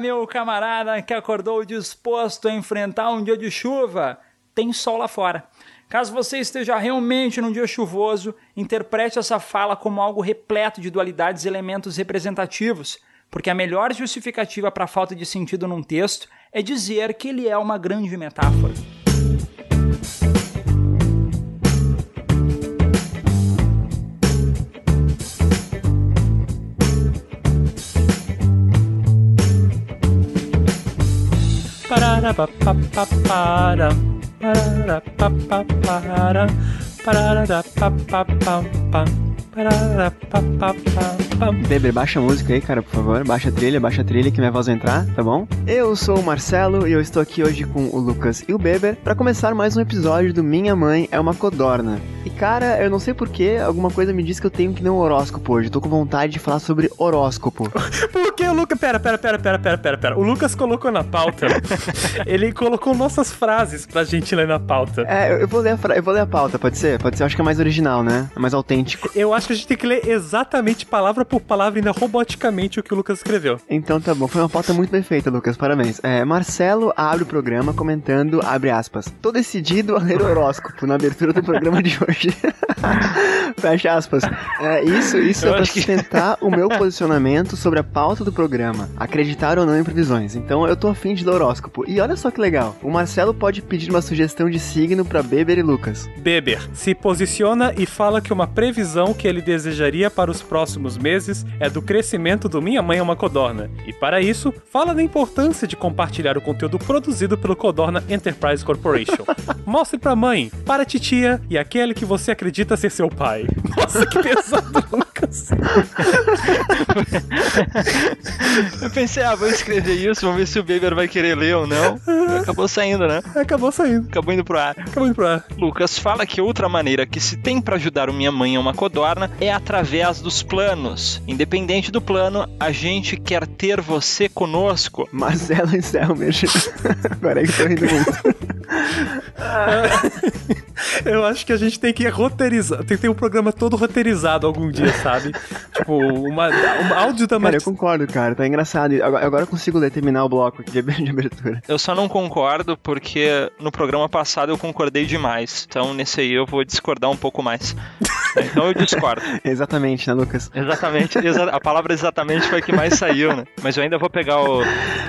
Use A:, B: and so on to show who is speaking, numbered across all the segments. A: meu camarada que acordou disposto a enfrentar um dia de chuva. Tem sol lá fora. Caso você esteja realmente num dia chuvoso, interprete essa fala como algo repleto de dualidades e elementos representativos, porque a melhor justificativa para a falta de sentido num texto é dizer que ele é uma grande metáfora.
B: Pararapapapara. Pararapapapara. Pararapapapam. Pararapapapam.
C: Beber, baixa a música aí, cara, por favor. Baixa a trilha, baixa a trilha que minha voz vai entrar, tá bom? Eu sou o Marcelo e eu estou aqui hoje com o Lucas e o Beber para começar mais um episódio do Minha Mãe é uma Codorna. E cara, eu não sei porquê, alguma coisa me diz que eu tenho que ler um horóscopo hoje. Eu tô com vontade de falar sobre horóscopo.
B: Por que o Lucas. Pera, pera, pera, pera, pera, pera, pera. O Lucas colocou na pauta. ele colocou nossas frases pra gente ler na pauta.
C: É, eu- eu vou ler a, fra- eu vou ler a pauta, pode ser? Pode ser, eu acho que é mais original, né? É mais autêntico.
B: Eu acho que a gente tem que ler exatamente palavra por palavra, ainda roboticamente, o que o Lucas escreveu.
C: Então tá bom, foi uma pauta muito bem feita, Lucas, parabéns. É, Marcelo abre o programa comentando, abre aspas, tô decidido a ler o horóscopo na abertura do programa de hoje. Fecha aspas. É, isso isso
D: Eu
C: é pra
D: acho que-
C: sustentar o meu posicionamento sobre a pauta do programa, acreditar ou não em previsões. Então eu tô afim de ler horóscopo. E olha só que legal, o Marcelo pode pedir uma sugestão de signo pra Beber e Lucas.
B: Beber se posiciona e fala que uma previsão que ele desejaria para os próximos meses é do crescimento do Minha Mãe é uma Codorna. E para isso, fala da importância de compartilhar o conteúdo produzido pelo Codorna Enterprise Corporation. Mostre pra mãe, para a titia e aquele que você acredita ser seu pai. Nossa, que pesado, Lucas.
D: Eu pensei, ah, vou escrever isso, vamos ver se o Beber vai querer ler ou não. Acabou saindo, né?
B: É, Acabou saindo.
D: Acabou indo pro ar.
B: Acabou indo pra...
D: Lucas fala que outra maneira que se tem pra ajudar o Minha Mãe é uma Codorna é através dos planos. Independente do plano, a gente quer ter você conosco.
C: Marcelo Selmer. Agora é que eu tô rindo muito.
B: Eu acho que a gente tem que roteirizar. Tem que ter um programa todo roteirizado algum dia, sabe? tipo, uma, um áudio da
C: Cara,
B: Mar-
C: eu concordo, cara. Tá engraçado. E Agora, agora eu consigo ler, terminar o bloco aqui de ab- de abertura.
D: Eu só não concordo porque no programa passado eu concordei demais. Então nesse aí eu vou discordar um pouco mais. Então eu discordo.
C: Exatamente, né, Lucas?
D: Exatamente. exa- a palavra exatamente foi a que mais saiu, né? Mas eu ainda vou pegar o,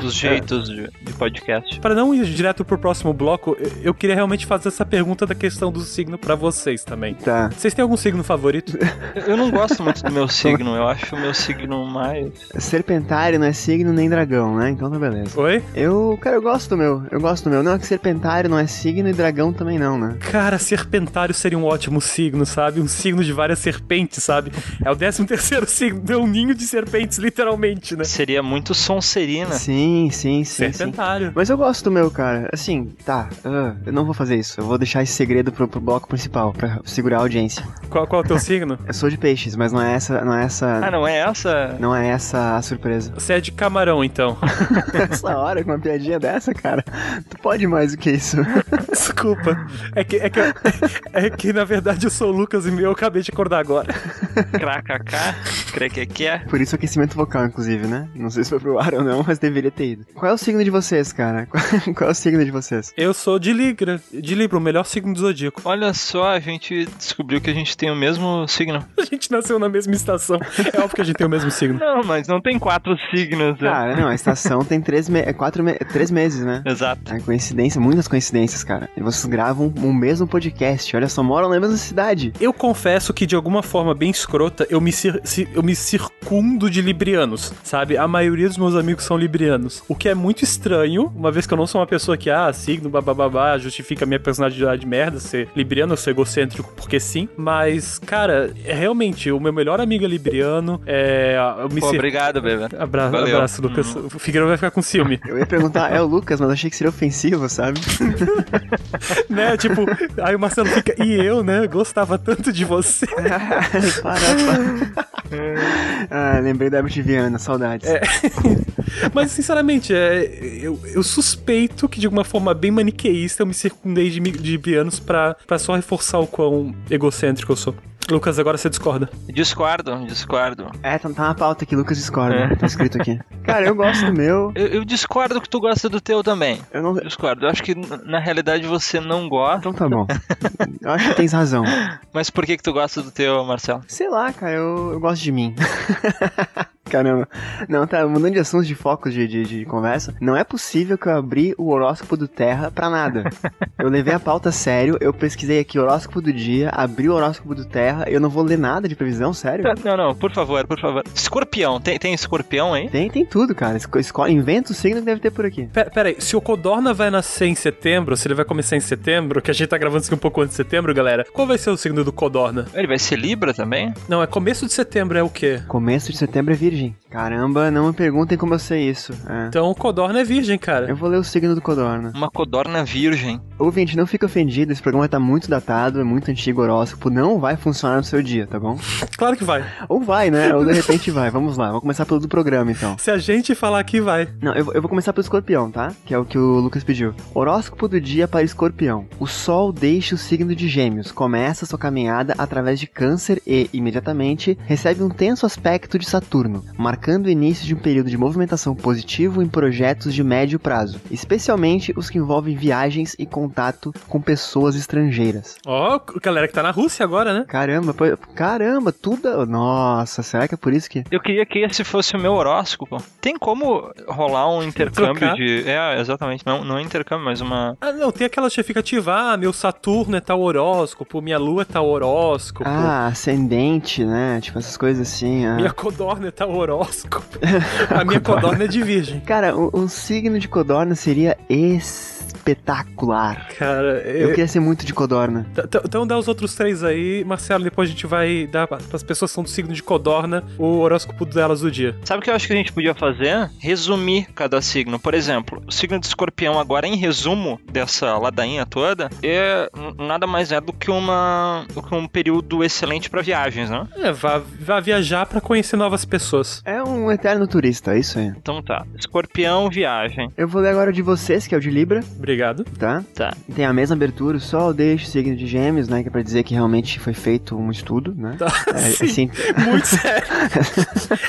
D: os jeitos de, de podcast.
B: Pra não ir direto pro próximo bloco, eu- eu queria realmente fazer essa pergunta da questão do signo pra vocês também.
C: Tá.
B: Vocês têm algum signo favorito?
D: Eu- Eu não gosto muito do meu signo. Eu acho o meu signo mais.
C: Serpentário não é signo nem dragão, né? Então tá beleza.
B: Oi?
C: Eu, cara, eu gosto do meu. Eu gosto do meu. Não é que serpentário não é signo e dragão também não, né?
B: Cara, serpentário seria um ótimo signo, sabe? Um signo de várias serpentes, sabe? É o 13 terceiro signo, é um ninho de serpentes, literalmente, né?
D: Seria muito Sonserina.
C: Sim, sim, sim, sim.
B: serpentário.
C: Mas eu gosto do meu, cara. Assim, tá. ah, eu não vou fazer isso. Eu vou deixar esse segredo pro, pro bloco principal, pra segurar a audiência.
B: Qual, qual é o teu signo?
C: Eu sou de peixes, mas não é essa. Não é
D: Ah,
C: essa.
D: não é essa?
C: Não é essa a surpresa.
B: Você é de camarão, então.
C: Essa hora, com uma piadinha dessa, cara. Tu pode mais do que isso.
B: Desculpa. É que, é, que, é que, na verdade, eu sou o Lucas e eu acabei de acordar agora.
D: KKK? Crequeque?
C: Por isso o aquecimento vocal, inclusive, né? Não sei se foi pro ar ou não, mas deveria ter ido. Qual é o signo de vocês, cara? Qual, qual é o signo de vocês?
B: Eu sou de Ligra. De Libra, o melhor signo do zodíaco.
D: Olha só, a gente descobriu que a gente tem o mesmo signo.
B: A gente nasceu na mesma estação. É óbvio que a gente tem o mesmo signo.
D: Não, mas não tem quatro signos. né?
C: Cara, não, a estação tem três, me é quatro me- é três meses, né?
D: Exato.
C: É coincidência, muitas coincidências, cara. E vocês gravam o mesmo podcast, olha só, moram na mesma cidade.
B: Eu confesso que, de alguma forma bem escrota, eu me, cir- ci- eu me circundo de librianos, sabe? A maioria dos meus amigos são librianos. O que é muito estranho, uma vez que eu não sou uma pessoa que, ah, signo, babababá, justifica a minha personalidade de merda, ser libriano, eu sou egocêntrico porque sim. Mas, cara, é realmente, o meu melhor amigo é libriano, é. Eu me
D: Pô,
B: cir-
D: obrigado, bebê.
B: Abra-
D: Valeu.
B: abraço, Lucas. O Figueiredo vai ficar com ciúme.
C: Eu ia perguntar, é o Lucas, mas achei que seria ofensivo, sabe?
B: né? Tipo, aí o Marcelo fica, e eu, né? Gostava tanto de você.
C: Para, para. ah, lembrei da MTV Ana, saudades.
B: Mas, sinceramente, é, eu, eu suspeito que, de alguma forma bem maniqueísta, eu me circundei de, mi- de bianos pra, pra só reforçar o quão egocêntrico eu sou. Lucas, agora você discorda.
D: Discordo, discordo.
C: É, tá, tá na pauta aqui, Lucas discorda. Tá escrito aqui. Cara, eu gosto do meu.
D: Eu, eu discordo que tu gosta do teu também.
C: Eu não.
D: Discordo. Eu acho que n- na realidade você não gosta.
C: Então tá bom. Eu acho que tens razão.
D: Mas por que que tu gosta do teu, Marcelo?
C: Sei lá, cara, eu, eu gosto de mim. Caramba. Não, tá, mudando de assunto de foco de, de, de conversa. Não é possível que eu abri o horóscopo do Terra pra nada. Eu levei a pauta a sério, eu pesquisei aqui horóscopo do dia, abri o horóscopo do Terra, eu não vou ler nada de previsão, sério?
D: Tá, Não, não, por favor, por favor. Escorpião, tem, tem escorpião aí?
C: Tem, tem tudo, cara. Esco- Escolhe, inventa o signo que deve ter por aqui.
B: Pera, pera aí, se o Codorna vai nascer em setembro, se ele vai começar em setembro, que a gente tá gravando isso aqui um pouco antes de setembro, galera, qual vai ser o signo do Codorna?
D: Ele vai ser Libra também?
B: Não, é começo de setembro, é o quê?
C: Começo de setembro é virgem. Caramba, não me perguntem como eu sei isso. É.
B: Então o Codorna é virgem, cara.
C: Eu vou ler o signo do Codorna.
D: Uma codorna virgem.
C: Ouvinte, não fica ofendido, esse programa tá muito datado, é muito antigo horóscopo, não vai funcionar no seu dia, tá bom?
B: Claro que vai.
C: Ou vai, né? Ou de repente vai. Vamos lá, vou começar pelo do programa então.
B: Se a gente falar aqui, vai.
C: Não, eu, vou- eu vou começar pelo escorpião, tá? Que é o que o Lucas pediu. Horóscopo do dia para escorpião. O sol deixa o signo de gêmeos, começa sua caminhada através de câncer e, imediatamente, recebe um tenso aspecto de Saturno, marcando o início de um período de movimentação positivo em projetos de médio prazo, especialmente os que envolvem viagens e contato com pessoas estrangeiras.
B: Ó, galera que tá na Rússia agora, né?
C: Caramba, pô, caramba, tudo. Nossa, será que é por isso que.
D: Eu queria que esse fosse o meu horóscopo. Tem como rolar um intercâmbio
B: Trocar.
D: de. É, exatamente. Não, não é intercâmbio, mas uma.
B: Ah, não, tem aquela justificativa, ah, meu Saturno é tal horóscopo, minha Lua é tal horóscopo,
C: Ah, ascendente, né? Tipo essas coisas assim. ah.
B: minha Codorna é tal horóscopo, a minha Codorna é de virgem.
C: Cara, um, um signo de codorna seria espetacular.
B: Cara,
C: Eu
B: eu...
C: queria ser muito de codorna.
B: Tá, tá, Então dá os outros três aí, Marcelo, depois a gente vai dar pra- pras pessoas que são do signo de Codorna o horóscopo delas do dia.
D: Sabe o que eu acho que a gente podia fazer? Resumir cada signo. Por exemplo, o signo de escorpião, agora em resumo dessa ladainha toda, é n- nada mais é do que, uma, do que um período excelente pra viagens, né?
B: É, vá, vá viajar pra conhecer novas pessoas.
C: É um eterno turista, é isso aí.
D: Então tá. Escorpião, viagem.
C: Eu vou ler agora o de vocês, que é o de Libra,
B: Obrigado.
C: tá?
D: Tá.
C: Tem a mesma abertura, o sol deixa o signo de gêmeos, né? Que é pra dizer que realmente foi feito um estudo, né?
B: Tá,
C: É,
B: sim.
C: assim,
B: Muito sério.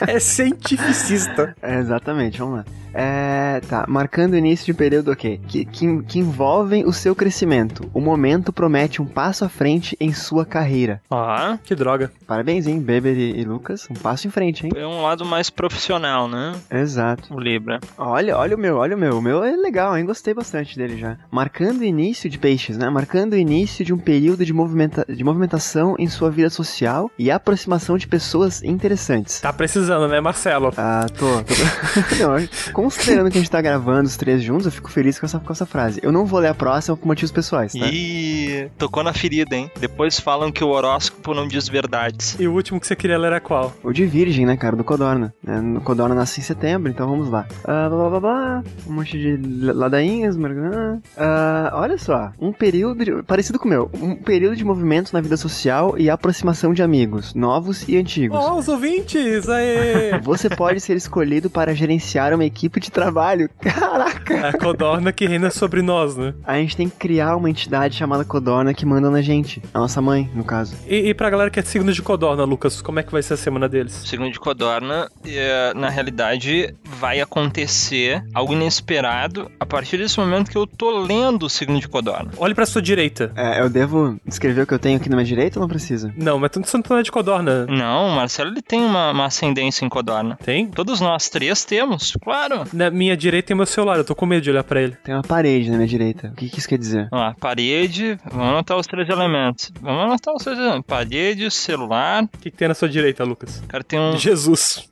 B: É cientificista.
C: É, exatamente, vamos lá. É, tá, marcando o início de um período, ok, que, que, que envolvem o seu crescimento. O momento promete um passo à frente em sua carreira.
D: Ah,
B: Que droga.
C: Parabéns, hein, Beber e, e Lucas. Um passo em frente, hein?
D: é um lado mais profissional, né?
C: Exato.
D: O Libra.
C: Olha, olha o meu, olha o meu. O meu é legal, hein? Gostei bastante dele já. Marcando o início de peixes, né? Marcando o início de um período de, movimenta de movimentação em sua vida social e aproximação de pessoas interessantes.
B: Tá precisando, né, Marcelo?
C: Ah, tô. tô... não, eu- considerando que a gente tá gravando os três juntos, eu fico feliz com essa, com essa frase. Eu não vou ler a próxima por motivos pessoais, tá?
D: Ih, tocou na ferida, hein? Depois falam que o horóscopo não diz verdades.
B: E o último que você queria ler era qual?
C: O de Virgem, né, cara? Do Codorna. É, no Codorna nasce em setembro, então vamos lá. Ah, blá, blá, blá, blá, um monte de l- ladainhas. blá, blá, blá. Ah, olha só. Um período de- parecido com o meu. Um período de movimento na vida social e aproximação de amigos, novos e antigos.
B: Ó, os ouvintes! Aê!
C: Você pode ser escolhido para gerenciar uma equipe de trabalho. Caraca!
B: É a codorna que reina sobre nós, né?
C: A gente tem que criar uma entidade chamada Codorna que manda na gente. A nossa mãe, no caso.
B: E, e pra galera que é signo de codorna, Lucas, como é que vai ser a semana deles?
D: Segundo de Codorna, é, na realidade, vai acontecer algo inesperado a partir desse momento que eu tô lendo o signo de Codorna.
B: Olhe pra sua direita.
C: É, eu devo escrever o que eu tenho aqui na minha direita ou não precisa?
B: Não, mas tu- você não é de codorna.
D: Não, o Marcelo ele tem uma, uma ascendência em Codorna.
B: Tem?
D: Todos nós três temos, claro.
B: Na minha direita tem meu celular, eu tô com medo de olhar pra ele.
C: Tem uma parede na minha direita. O que, que isso quer dizer?
D: Vamos lá, parede, vamos anotar os três elementos. Vamos anotar os três elementos. Parede, celular,
B: O que, que tem na sua direita, Lucas?
D: o cara tem um...
B: Jesus.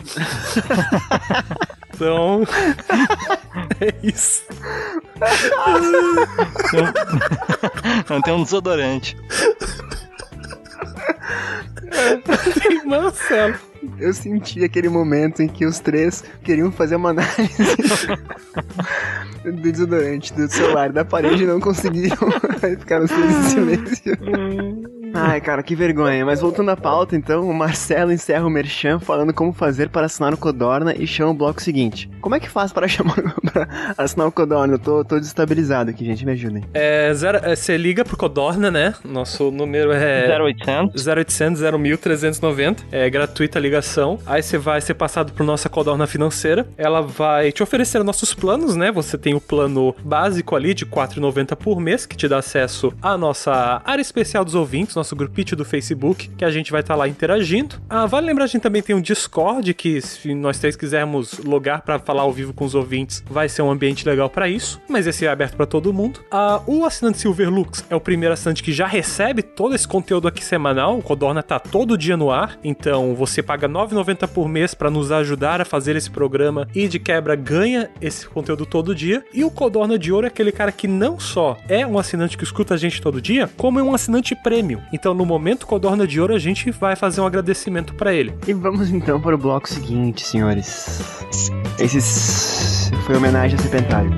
B: então. é isso.
D: Não, tem um desodorante.
B: Tem Marcelo.
C: Eu senti aquele momento em que os três queriam fazer uma análise do desodorante, do celular, da parede e não conseguiram. Aí ficaram os três em silêncio. assim Ai, cara, que vergonha. Mas voltando à pauta, então, o Marcelo encerra o merchan falando como fazer para assinar o Codorna e chama o bloco seguinte. Como é que faz para chamar pra assinar o Codorna? Eu tô, tô desestabilizado aqui, gente. Me ajudem.
B: É, zero, é, você liga pro Codorna, né? Nosso número é
D: 0800.
B: 0800 01390. É gratuita a ligação. Aí você vai ser passado por nossa Codorna financeira. Ela vai te oferecer nossos planos, né? Você tem o plano básico ali de 4,90 por mês, que te dá acesso à nossa área especial dos ouvintes, nosso grupite do Facebook, que a gente vai estar lá interagindo. Ah, vale lembrar, a gente também tem um Discord, que se nós três quisermos logar para falar ao vivo com os ouvintes, vai ser um ambiente legal para isso, mas esse é aberto para todo mundo. Ah, o assinante Silverlux é o primeiro assinante que já recebe todo esse conteúdo aqui semanal, o Codorna tá todo dia no ar, então você paga R$ 9,90 por mês para nos ajudar a fazer esse programa e de quebra ganha esse conteúdo todo dia. E o Codorna de Ouro é aquele cara que não só é um assinante que escuta a gente todo dia, como é um assinante prêmio. Então, no momento Codorna de Ouro, a gente vai fazer um agradecimento para ele.
C: E vamos então para o bloco seguinte, senhores. Esse foi homenagem ao Serpentário.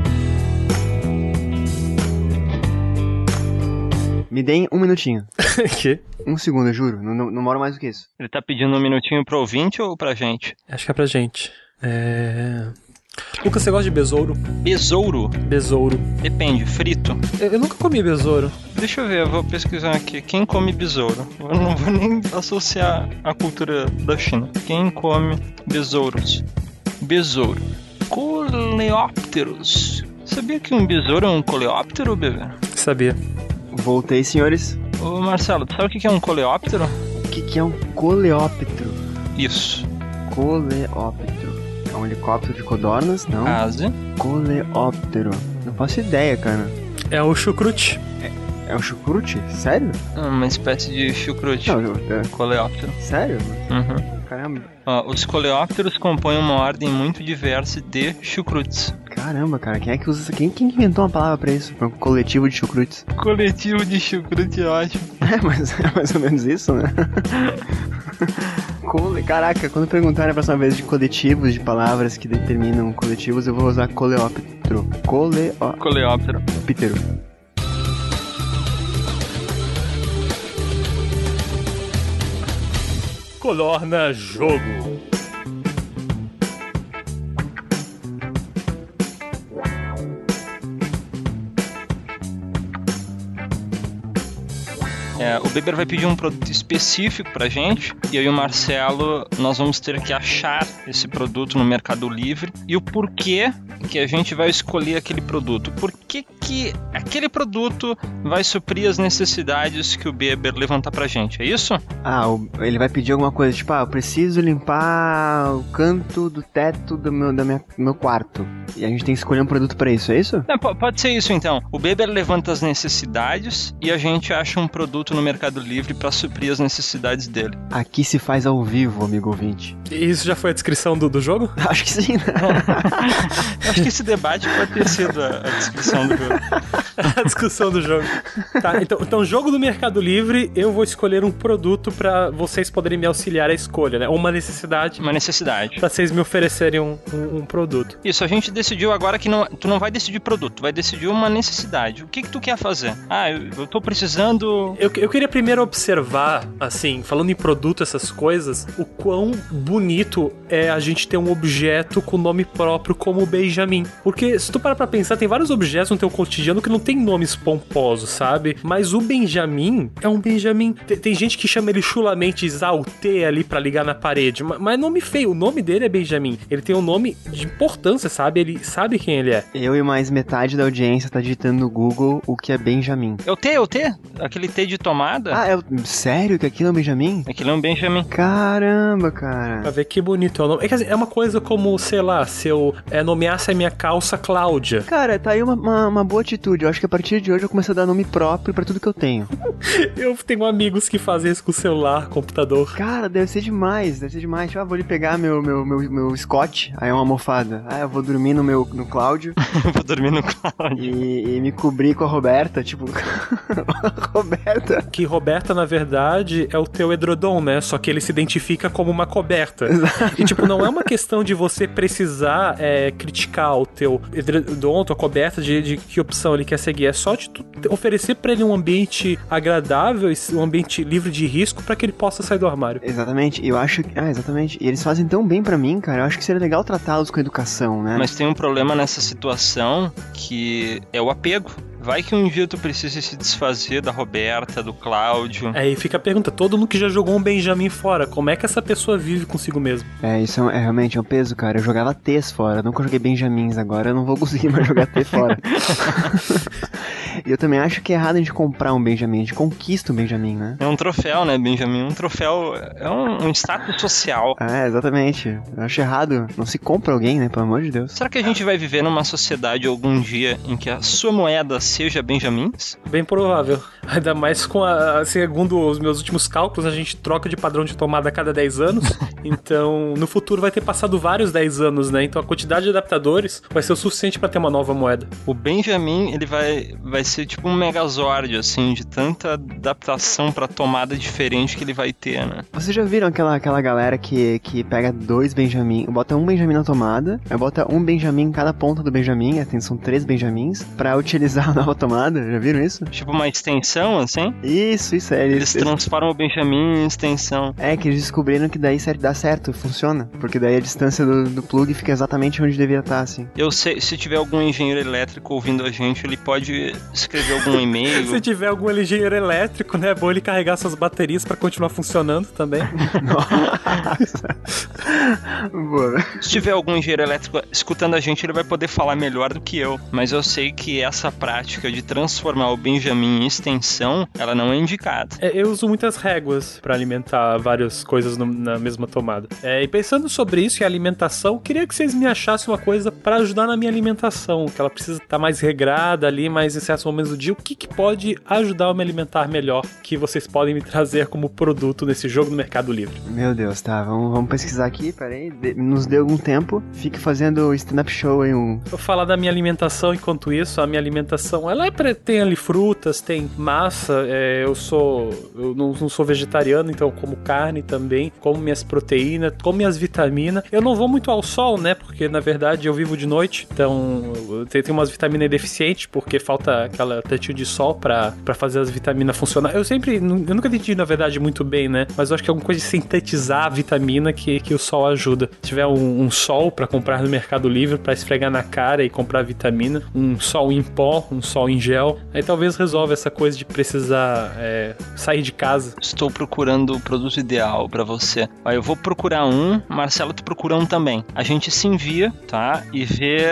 C: Me deem um minutinho.
B: que?
C: Um segundo, eu juro. Não, não, não moro mais do que isso.
D: Ele tá pedindo um minutinho pro ouvinte ou pra gente?
B: Acho que é pra gente. É. Lucas, você gosta de besouro?
D: Besouro?
B: Besouro.
D: Depende, frito.
B: Eu, eu nunca comi besouro.
D: Deixa eu ver, eu vou pesquisar aqui. Quem come besouro? Eu não vou nem associar a cultura da China. Quem come besouros? Besouro. Coleópteros. Sabia que um besouro é um coleóptero, bebê?
B: Sabia.
C: Voltei, senhores.
D: Ô Marcelo, tu sabe o que que é um coleóptero?
C: O que, que é um coleóptero?
D: Isso.
C: Coleóptero. É um helicóptero de codornas?
D: Hum?
C: Não.
D: Asa.
C: Coleóptero. Não faço ideia, cara.
B: É o chucrute.
C: É um chucrute? Sério?
D: Uma espécie de chucrute.
C: Não, eu- é-
D: Coleóptero.
C: sério?
D: Uhum.
C: Caramba.
D: Ó, os coleópteros compõem uma ordem muito diversa de chucrutes.
C: Caramba, cara, quem é que usa isso? Quem, quem que inventou uma palavra pra isso? Pra um coletivo de chucrutes?
D: Coletivo de chucrute é ótimo.
C: É, mas é mais ou menos isso, né? Cole... Caraca, quando perguntarem a próxima vez de coletivos, de palavras que determinam coletivos, eu vou usar coleóptero. Coleóptero.
D: Coleóptero.
B: Colorna Jogo.
D: É, o Beber vai pedir um produto específico pra gente. E eu e o Marcelo, nós vamos ter que achar esse produto no Mercado Livre. E o porquê que a gente vai escolher aquele produto. Por que, que aquele produto vai suprir as necessidades que o Beber levantar pra gente, é isso?
C: Ah, o- ele vai pedir alguma coisa, tipo, ah, eu preciso limpar o canto do teto do meu, da minha, do meu quarto. E a gente tem que escolher um produto pra isso, é isso?
D: É, po- pode ser isso então. O Beber levanta as necessidades e a gente acha um produto no Mercado Livre pra suprir as necessidades dele.
C: Aqui se faz ao vivo, amigo ouvinte.
B: Isso já foi a descrição do, do jogo?
C: Acho que sim, né?
D: Acho que esse debate pode ter sido a, a descrição do jogo.
B: a discussão do jogo. Tá, então, então, jogo do Mercado Livre, eu vou escolher um produto pra vocês poderem me auxiliar à escolha, né? Ou uma necessidade
D: Uma necessidade.
B: pra vocês me oferecerem um, um- um produto.
D: Isso, a gente decidiu agora que não, tu não vai decidir produto, tu vai decidir uma necessidade. O que que tu quer fazer? Ah, eu, eu tô precisando...
B: Eu, eu queria primeiro observar, assim, falando em produto, essas coisas, o quão bonito é a gente ter um objeto com nome próprio como o Benjamin. Porque se tu parar pra pensar, tem vários objetos no teu cotidiano que não tem nomes pomposos, sabe? Mas o Benjamin é um Benjamin. Te- Tem, gente que chama ele chulamente Exaltê ali pra ligar na parede, ma- mas é nome feio. O nome dele é Benjamin. Ele tem um nome de importância, sabe? Ele sabe quem ele é.
C: Eu e mais metade da audiência tá digitando no Google o que é Benjamin.
D: É o T, é o T? Aquele T de tomada?
C: Ah, é o... sério que aquilo é um Benjamin?
D: Aquele é um Benjamin.
C: Caramba, cara.
B: Pra ver que bonito é o nome. É, que, assim, é uma coisa como, sei lá, se eu é, nomeasse a minha calça Cláudia.
C: Cara, tá aí uma, uma, uma boa atitude. Eu acho que a partir de hoje eu começo a dar nome próprio pra tudo que eu tenho.
B: Eu tenho amigos que fazem isso com celular, computador.
C: Cara, deve ser demais, deve ser demais. Tipo, ah, vou ali pegar meu, meu, meu, meu Scott, aí é uma almofada. Ah, eu vou dormir no meu no Cláudio
D: Eu vou dormir no cloud.
C: e, e me cobrir com a Roberta, tipo. Roberta.
B: Que Roberta, na verdade, é o teu edredom, né? Só que ele se identifica como uma coberta. E, tipo, não é uma questão de você precisar é, criticar o teu edredom, tua coberta, de, de que opção ele quer seguir. É só de tu oferecer pra ele um ambiente agradável, e um ambiente livre de risco pra que ele possa sair do armário.
C: Exatamente, eu acho. que- Ah, exatamente. E eles fazem tão bem pra mim, cara. Eu acho que seria legal tratá-los com educação, né?
D: Mas tem um problema nessa situação que é o apego. Vai que um dia tu precisa se desfazer da Roberta, do Cláudio.
B: Aí É, fica a pergunta, todo mundo que já jogou um Benjamin fora, como é que essa pessoa vive consigo mesmo?
C: É, isso é, um- é realmente é um peso, cara. Eu jogava T's fora, nunca joguei Benjamins agora, eu não vou conseguir mais jogar T fora. e eu também acho que é errado a gente comprar um Benjamin, a gente conquista um Benjamin, né?
D: É um troféu, né, Benjamin? Um troféu é um, um status social.
C: Ah, exatamente. Eu acho errado. Não se compra alguém, né? Pelo amor de Deus.
D: Será que a gente vai viver numa sociedade algum dia em que a sua moeda seja Benjamins?
B: Bem provável. Ainda mais com a. Segundo os meus últimos cálculos, a gente troca de padrão de tomada a cada 10 anos. Então, no futuro vai ter passado vários 10 anos, né? Então a quantidade de adaptadores vai ser o suficiente pra ter uma nova moeda.
D: O Benjamin, ele vai, vai ser tipo um megazord, assim, de tanta adaptação pra tomada diferente que ele vai ter, né?
C: Vocês já viram aquela, aquela galera que, que pega dois Benjamin, bota um Benjamin na tomada, aí bota um Benjamin em cada ponta do Benjamin, assim, são três Benjamins, pra utilizar a nova tomada? Já viram isso?
D: Tipo uma extensão, assim.
C: Isso, isso é.
D: Eles
C: Eles, eles-
D: transformam o Benjamin em extensão.
C: é que eles descobriram que daí cer- dá certo, funciona. Porque daí a distância do, do plug fica exatamente onde deveria estar, assim.
D: Eu sei, se tiver algum engenheiro elétrico ouvindo a gente, ele pode escrever algum
B: Se
D: e-mail.
B: tiver algum engenheiro elétrico, né? É bom ele carregar suas baterias pra continuar funcionando também.
C: Nossa. Boa.
D: se tiver algum engenheiro elétrico escutando a gente, ele vai poder falar melhor do que eu. Mas eu sei que essa prática de transformar o Benjamin em extensão, ela não é indicada.
B: É, eu uso muitas réguas pra alimentar várias coisas no- na mesma tomada. É, e pensando sobre isso e alimentação, eu queria que vocês me achassem uma coisa pra ajudar na minha alimentação, que ela precisa estar mais regrada ali, mas em certos momentos do dia, o que, que pode ajudar eu a me alimentar melhor que vocês podem me trazer como produto nesse jogo no Mercado Livre?
C: Meu Deus, tá, vamos, vamos pesquisar aqui, peraí. De- nos dê algum tempo. Fique fazendo stand-up show aí, um.
B: Eu falar da minha alimentação enquanto isso, a minha alimentação, ela é pre- tem ali frutas, tem massa, é, eu sou eu não, não sou vegetariano, então eu como carne também, como minhas proteínas, como minhas vitaminas. Eu não vou muito ao sol, né? Porque na verdade eu vivo de noite, então eu tenho, tenho umas vitaminas deficientes porque falta aquela tantinho de sol pra pra fazer as vitaminas funcionar. Eu sempre eu nunca entendi na verdade muito bem, né? Mas eu acho que é alguma coisa de sintetizar a vitamina que, que o sol ajuda. Se tiver um, um sol pra comprar no Mercado Livre pra esfregar na cara e comprar vitamina, um sol em pó, um sol em gel, aí talvez resolva essa coisa de precisar é, sair de casa.
D: Estou procurando o produto ideal pra você. Ó, eu vou procurar um, Marcelo, tu procura um também. A gente se envia, tá? E vê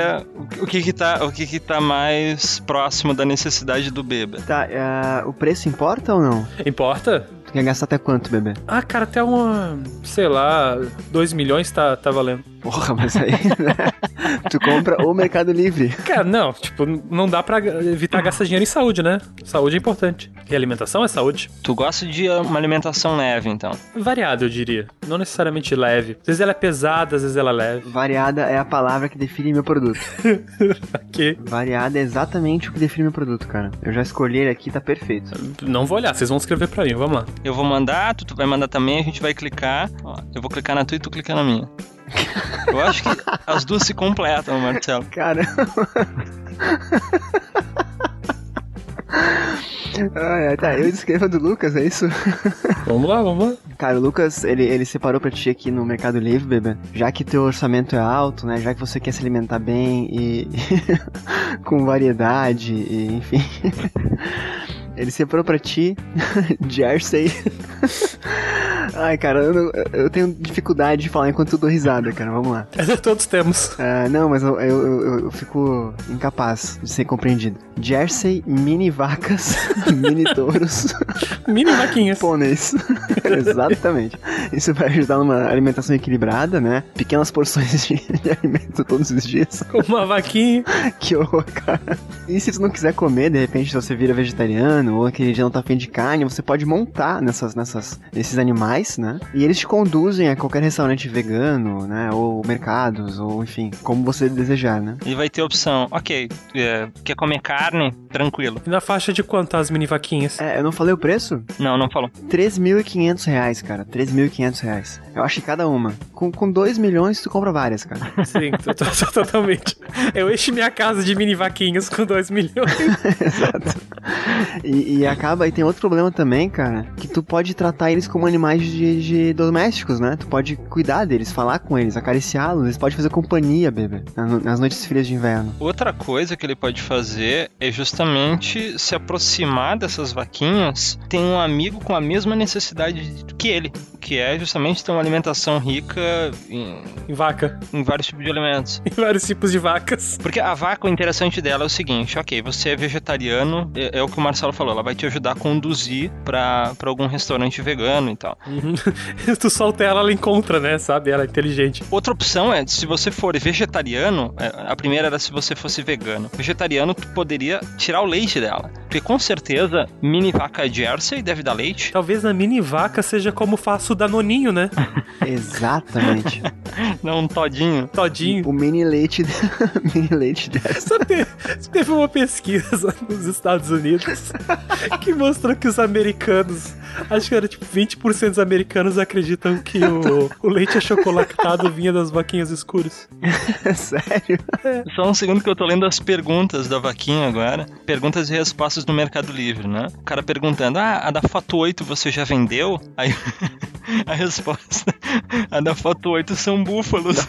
D: o que que tá, o que que tá mais próximo da necessidade do bebê.
C: Tá, ah, o preço importa ou não?
B: Importa?
C: Tu quer gastar até quanto, bebê?
B: Ah, cara, até uma, sei lá, 2 milhões tá, tá valendo.
C: Porra, mas aí. né? tu compra o Mercado Livre.
B: Cara, não, tipo, não dá pra evitar gastar dinheiro em saúde, né? Saúde é importante. E alimentação é saúde.
D: Tu gosta de uma alimentação leve, então.
B: Variada, eu diria. Não necessariamente leve. Às vezes ela é pesada, às vezes ela é leve.
C: Variada é a palavra que define meu produto.
B: Aqui.
C: Variada é exatamente o que define meu produto, cara. Eu já escolhi ele aqui, tá perfeito.
B: Não vou olhar, vocês vão escrever pra mim, vamos lá.
D: Eu vou mandar, tu, tu vai mandar também, a gente vai clicar. Ó, eu vou clicar na tua e tu clica na minha. Eu acho que as duas se completam, Marcelo.
C: Cara. Ai, ai, tá, eu descrevo a do Lucas, é isso?
B: Vamos lá, vamos lá.
C: Cara, o Lucas, ele, ele separou pra ti aqui no Mercado Livre, bebê. Já que teu orçamento é alto, né? Já que você quer se alimentar bem e. com variedade, e, enfim. Ele separou pra ti, Jersey. Ai, cara, eu, não- eu tenho dificuldade de falar enquanto eu dou risada, cara. Vamos lá.
B: é Todos temos.
C: Ah, não, mas eu, eu, eu- eu fico incapaz de ser compreendido. Jersey, mini vacas, mini touros.
B: Mini vaquinhas.
C: Pôneis. Exatamente. Isso vai ajudar numa alimentação equilibrada, né? Pequenas porções de, de alimento todos os dias.
B: Com uma vaquinha.
C: Que horror, cara. E se tu não quiser comer, de repente, se você vira vegetariano ou aquele dia não tá afim de carne, você pode montar nessas, nessas, nesses animais, né? E eles te conduzem a qualquer restaurante vegano, né? Ou mercados, ou enfim, como você desejar, né?
D: E vai ter opção. Ok, é, quer comer carne? Tranquilo.
B: E na faixa de quanto tá as mini vaquinhas?
C: É, eu não falei o preço?
D: Não, não falou.
C: 3.500 3.500 reais, cara. 3.500 reais. Eu acho que cada uma. Com, com 2 milhões, tu compra várias, cara.
B: Sim, to- to- to- totalmente. Eu encho minha casa de mini vaquinhas com 2 milhões.
C: Exato. E, e acaba, e tem outro problema também, cara, que tu pode tratar eles como animais de, de domésticos, né? Tu pode cuidar deles, falar com eles, acariciá-los, eles podem fazer companhia, bebê, nas no- nas noites frias de inverno.
D: Outra coisa que ele pode fazer é justamente se aproximar dessas vaquinhas. Tem um amigo com a mesma necessidade que ele, que é justamente ter uma alimentação rica em,
B: Em vaca.
D: em vários tipos de alimentos.
B: Em vários tipos de vacas.
D: Porque a vaca, o interessante dela é o seguinte: ok, você é vegetariano, é, é o que o Marcelo falou, ela vai te ajudar a conduzir pra pra algum restaurante vegano e tal.
B: Uhum. tu solta ela, ela encontra, né? Sabe? Ela é inteligente.
D: Outra opção é, se você for vegetariano, é, a primeira era se você fosse vegano. Vegetariano, tu poderia tirar o leite dela. Porque com certeza, mini vaca Jersey deve dar leite.
B: Talvez na mini vaca seja como faço o danoninho, né?
C: Exatamente.
D: Não, um todinho.
B: Todinho.
C: o mini leite. mini leite dela.
B: Sabe, te- teve uma pesquisa nos Estados Unidos que mostrou que os americanos, acho que era tipo 20% dos americanos acreditam que o, o leite achocolatado vinha das vaquinhas escuras.
C: é Sério?
D: Só um segundo que eu tô lendo as perguntas da vaquinha agora. Perguntas e respostas no Mercado Livre, né? O cara perguntando, ah, a da foto 8 você já vendeu? Aí a resposta, a da foto 8 são búfalos.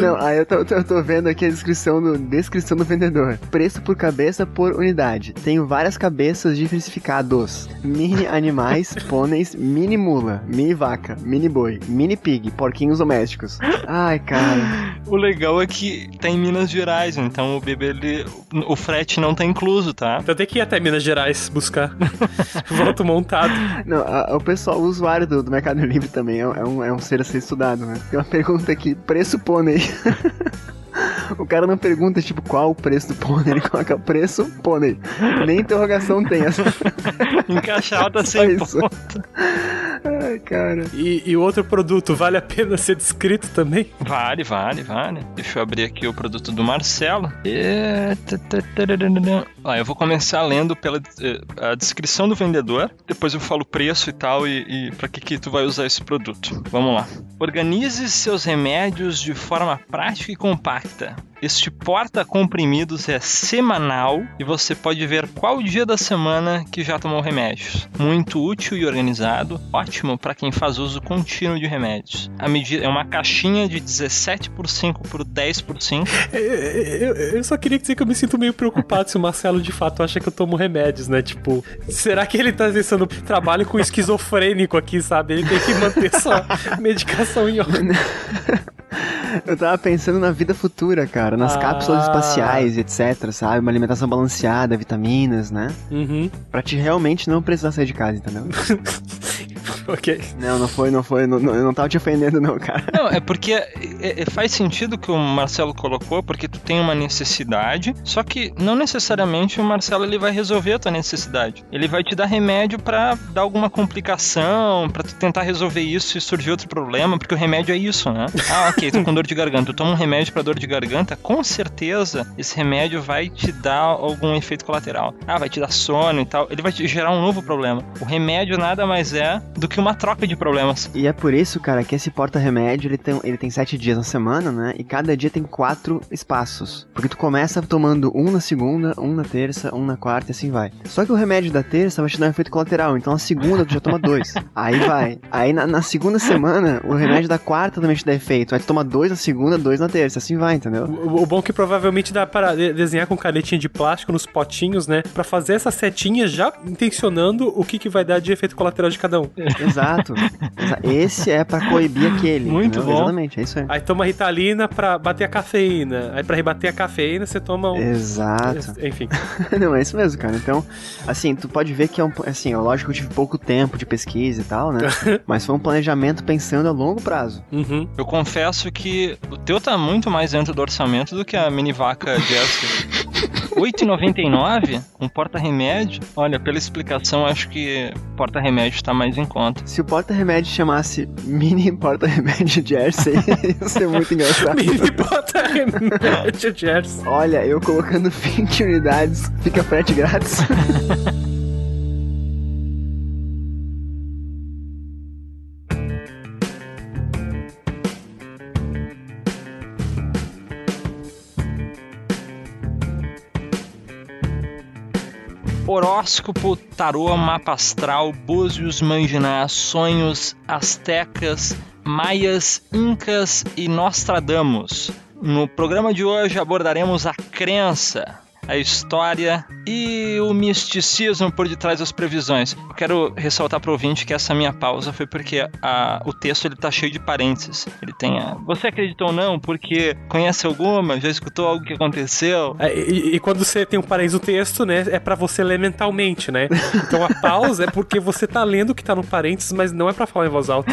C: Não, aí eu tô, eu tô- eu tô vendo aqui a descrição do, descrição do vendedor. Preço por cabeça por unidade. Tenho várias cabeças diversificadas. Mini animais, pôneis, mini mula, mini vaca, mini boi, mini pig, porquinhos domésticos. Ai, cara.
D: O legal é que tá em Minas Gerais, então o bebê, ele, o frete não tá incluso, tá?
B: Então tem que ir até Minas Gerais buscar. Volto montado.
C: Não, a- a- o pessoal, o usuário do, do Mercado Livre também é, um- é um, é um ser a ser estudado, né? Tem uma pergunta aqui, preço pônei. O cara não pergunta, tipo, qual o preço do pônei, ele coloca preço pônei. Nem interrogação tem essa.
D: Encaixada
C: Só
D: Tá sem
C: isso.
D: pó.
C: Ai, cara.
B: E, e o outro produto, vale a pena ser descrito também?
D: Vale, vale, vale. Deixa eu abrir aqui o produto do Marcelo. É, tá, tá, tarararã. Ó, eu vou começar lendo pela eh, a descrição do vendedor, depois eu falo o preço e tal e, e para que que tu vai usar esse produto. Vamos lá. Organize seus remédios de forma prática e compacta. Este porta comprimidos é semanal e você pode ver qual dia da semana que já tomou remédios. Muito útil e organizado, ótimo para quem faz uso contínuo de remédios. A medida é uma caixinha de 17 por 5 por 10 por 5.
B: É, é, Eu, eu só queria dizer que eu me sinto meio preocupado se o Marcelo de fato acha que eu tomo remédios, né? Tipo, será que ele tá pensando trabalho com esquizofrênico aqui, sabe? Ele tem que manter sua medicação em ordem.
C: Eu tava pensando na vida futura, cara, nas
B: Ah.
C: cápsulas espaciais, etc, sabe? Uma alimentação balanceada, vitaminas, né?
B: Uhum.
C: Pra te realmente não precisar sair de casa, entendeu?
B: ok.
C: não, não foi, não foi, não, não- eu não tava te ofendendo não, cara.
D: Não, é porque é- é- faz sentido que o Marcelo colocou, porque tu tem uma necessidade, só que não necessariamente o Marcelo ele vai resolver a tua necessidade. Ele vai te dar remédio pra dar alguma complicação, pra tu tentar resolver isso e surgir outro problema, porque o remédio é isso, né? Ah, ok, tô com dor de garganta, tu toma um remédio pra dor de garganta, com certeza esse remédio vai te dar algum efeito colateral. Ah, vai te dar sono e tal, ele vai te gerar um novo problema. O remédio nada mais é do que uma troca de problemas.
C: E é por isso, cara, que esse porta-remédio, ele tem, ele tem sete dias na semana, né? E cada dia tem quatro espaços. Porque tu começa tomando um na segunda, um na terça, um na quarta e assim vai. Só que o remédio da terça vai te dar um efeito colateral, então na segunda tu já toma dois. Aí vai. Aí na, na segunda semana, o remédio da quarta também te dá efeito. Vai tu toma dois na segunda, dois na terça, assim vai, entendeu?
B: O, o bom é que provavelmente dá para de- desenhar com canetinha de plástico nos potinhos, né? Pra fazer essa setinha já intencionando o que, que vai dar de efeito colateral de cada um.
C: Exato. Exa- Esse é pra coibir aquele.
D: Muito
C: entendeu?
D: bom.
C: Exatamente, é isso aí.
B: Aí toma Ritalina pra bater a cafeína. Aí pra rebater a cafeína você toma
D: Então,
B: um.
C: Exato.
B: Enfim.
C: Não, é isso mesmo, cara. Então, assim, tu pode ver que é um. Assim, ó, lógico que eu tive pouco tempo de pesquisa e tal, né? Mas foi um planejamento pensando a longo prazo.
B: Uhum.
D: Eu confesso que o teu tá muito mais dentro do orçamento do que a mini vaca Jessica. 8,99 um porta-remédio? Olha, pela explicação, acho que porta-remédio tá mais em conta.
C: Se o porta-remédio chamasse mini porta-remédio Jersey, ia ser muito engraçado.
B: Mini bota remédio, Jersey.
C: Olha, eu colocando 20 unidades, fica frete grátis.
D: Horóscopo, tarô, mapa astral, búzios, manginá, sonhos, astecas, maias, incas e Nostradamus. No programa de hoje abordaremos a crença, a história e o misticismo por detrás das previsões. Eu quero ressaltar para o ouvinte que essa minha pausa foi porque a- o texto ele tá cheio de parênteses. Ele tem a, você acredita ou não porque conhece alguma, já escutou algo que aconteceu?
B: É, E, e quando você tem um paraíso texto, né? É pra você ler mentalmente, né? Então a pausa é porque você tá lendo o que tá no parênteses, mas não é pra falar em voz alta.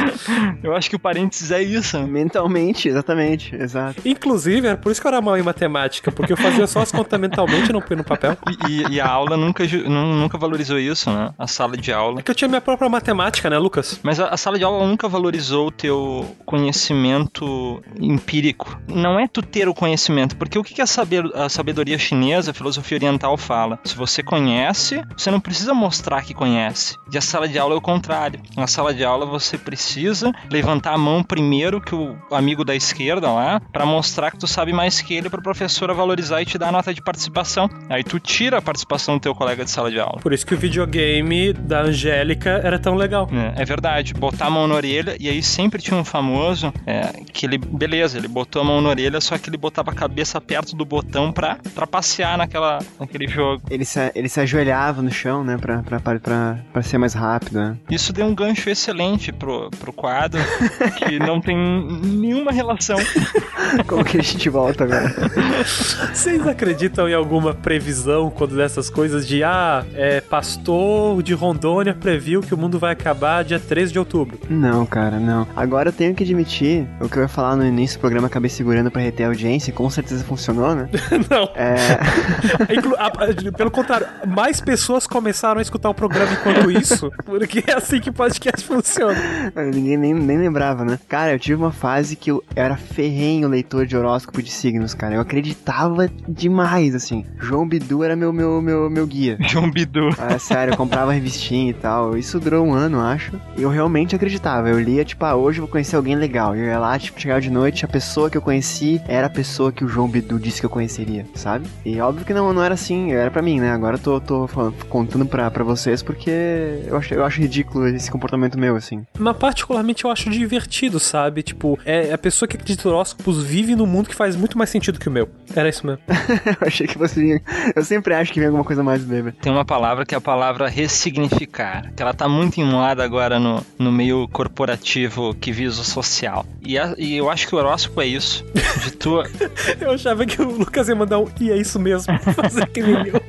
D: Eu acho que o parênteses é isso. né?
C: Mentalmente, exatamente, exato.
B: Inclusive, era por isso que eu era mal em matemática, porque eu fazia só as contas mentalmente e não põe no papel.
D: E, e- e a aula nunca, ju- nu- nunca valorizou isso, né? A sala de aula.
B: É que eu tinha minha própria matemática, né, Lucas?
D: Mas a, a sala de aula nunca valorizou o teu conhecimento empírico. Não é tu ter o conhecimento, porque o que, que a, saber- a sabedoria chinesa, a filosofia oriental fala? Se você conhece, você não precisa mostrar que conhece. E a sala de aula é o contrário. Na sala de aula você precisa levantar a mão primeiro que o amigo da esquerda lá, pra mostrar que tu sabe mais que ele, pra professora valorizar e te dar a nota de participação. Aí tu tira a participação do teu colega de sala de aula.
B: Por isso que o videogame da Angélica era tão legal.
D: É, é verdade, botar a mão na orelha, e aí sempre tinha um famoso é, que ele, beleza, ele botou a mão na orelha, só que ele botava a cabeça perto do botão pra trapacear naquela, naquele jogo.
C: Ele se, ele se ajoelhava no chão, né, pra, pra, pra, pra, pra ser mais rápido, né?
D: Isso deu um gancho excelente pro, pro quadro, que não tem nenhuma relação.
C: Como que a gente volta agora?
B: Vocês acreditam em alguma previsão quando dessas coisas de ah, é, pastor de Rondônia previu que o mundo vai acabar dia 13 de outubro?
C: Não, cara, não. Agora eu tenho que admitir, o que eu ia falar no início do programa, acabei segurando pra reter a audiência, e com certeza funcionou, né?
B: Não.
C: É,
B: Inclu- a- a- pelo contrário, mais pessoas começaram a escutar o programa enquanto isso, porque é assim que podcast funciona.
C: ninguém nem, nem lembrava, né? Cara, eu tive uma fase que eu era ferrenho leitor de horóscopo de signos, cara. Eu acreditava demais, assim. João Bidu era meu, meu, meu, meu guia.
D: João Bidu.
C: Ah, sério, eu comprava revistinha e tal. Isso durou um ano, acho. E eu realmente acreditava. Eu lia, tipo, ah, hoje eu vou conhecer alguém legal. E eu ia lá, tipo, chegava de noite, a pessoa que eu conheci era a pessoa que o João Bidu disse que eu conheceria, sabe? E óbvio que não, não era assim, era pra mim, né? Agora eu tô, tô falando- contando pra, pra vocês porque eu acho, eu acho ridículo esse comportamento meu, assim.
B: Mas particularmente eu acho divertido, sabe? Tipo, é a pessoa que acredita em horóscopos vive num mundo que faz muito mais sentido que o meu. Era isso mesmo.
C: eu achei que você vinha. Eu sempre acho que vem alguma coisa mais bêbada.
D: Tem uma palavra que é a palavra ressignificar, que ela tá muito em moda agora no, no meio corporativo que visa o social. E, a- e eu acho que o horóscopo é isso. De tu,
B: Eu achava que o Lucas ia mandar um e é isso mesmo, fazer que nem eu.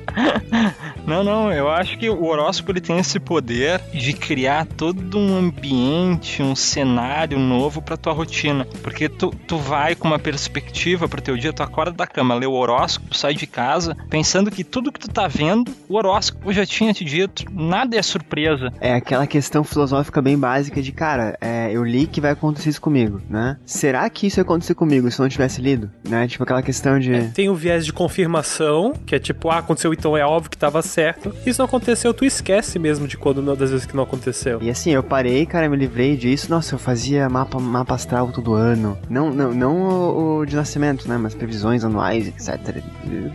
D: Não, não, eu acho que o horóscopo ele tem esse poder de criar todo um ambiente, um cenário novo pra tua rotina. Porque tu, tu vai com uma perspectiva pro teu dia, tu acorda da cama, lê o horóscopo, sai de casa, pensando que tudo que tu tá vendo, o horóscopo já tinha te dito, nada é surpresa.
C: É aquela questão filosófica bem básica de, cara, é, eu li que vai acontecer isso comigo, né? Será que isso ia acontecer comigo se eu não tivesse lido? Né? Tipo aquela questão de.
B: É. Tem o viés de confirmação, que é tipo, ah, aconteceu, então é óbvio que tava certo. Isso não aconteceu, tu esquece mesmo de quando não- das vezes que não aconteceu.
C: E assim, eu parei, cara, me livrei disso. Nossa, eu fazia mapa, mapa astral todo ano. Não, não, não o, o de nascimento, né? Mas previsões anuais, etc.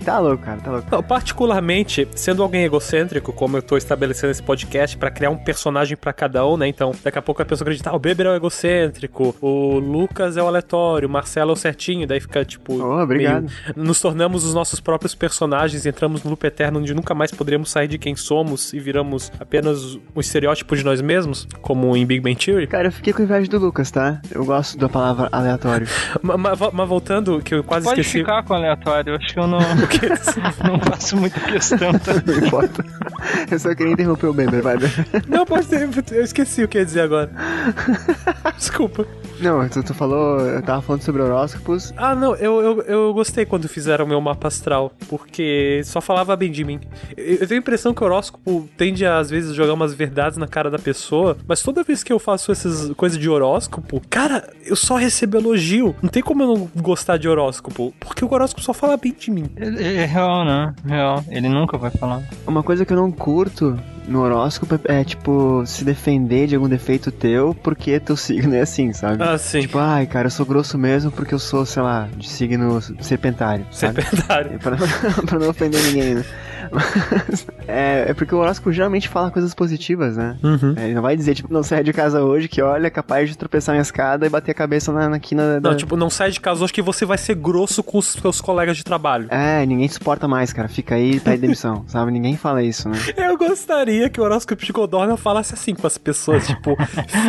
C: Tá louco, cara, tá louco.
B: Não, particularmente, sendo alguém egocêntrico, como eu tô estabelecendo esse podcast pra criar um personagem pra cada um, né? Então, daqui a pouco a pessoa acredita, ah, o Beber é o egocêntrico, o Lucas é o aleatório, o Marcelo é o certinho, daí fica tipo.
C: Oh, obrigado.
B: meio- Nos tornamos os nossos próprios personagens, entramos no loop eterno onde nunca mais poderemos sair de quem somos e viramos apenas um estereótipo de nós mesmos, como em Big Bang Theory.
C: Cara, eu fiquei com inveja do Lucas, tá? Eu gosto da palavra aleatório.
B: Mas voltando, que eu quase
D: Pode
B: esqueci.
D: ficar com o aleatório, eu acho que eu não,
B: o que-
D: não faço muita questão. tá?
C: Não importa. Eu só queria interromper o Beber, vai. Beber.
B: Não, pode ter. Eu esqueci o que eu ia dizer agora. Desculpa.
C: Não, tu, tu falou, eu tava falando sobre horóscopos.
B: Ah, não, eu, eu, eu gostei quando fizeram meu mapa astral, porque só falava bem de mim. Eu, eu tenho a impressão que o horóscopo tende, às vezes, jogar umas verdades na cara da pessoa, mas toda vez que eu faço essas coisas de horóscopo, cara, eu só recebo elogio. Não tem como eu não gostar de horóscopo, porque o horóscopo só fala bem de mim.
D: É, é real, né? Real. Ele nunca vai falar.
C: Uma coisa que eu não curto no horóscopo é, tipo, se defender de algum defeito teu, porque teu signo é assim, sabe?
B: Ah, sim.
C: Tipo, ai, cara, eu sou grosso mesmo porque eu sou, sei lá, de signo serpentário.
B: é
C: sabe? É
B: Serpentário.
C: pra, não- pra não ofender ninguém, né? Mas, é, é porque o horóscopo geralmente fala coisas positivas, né?
B: Uhum.
C: É, Ele não vai dizer, tipo, não saia de casa hoje, que olha, é capaz de tropeçar na escada e bater a cabeça na, na quina da.
B: Não, tipo, não sai de casa hoje que você vai ser grosso com os seus colegas de trabalho.
C: É, ninguém te suporta mais, cara. Fica aí e pede demissão, sabe? Ninguém fala isso, né?
B: Eu gostaria que o horóscopo de Godorna falasse assim com as pessoas, tipo,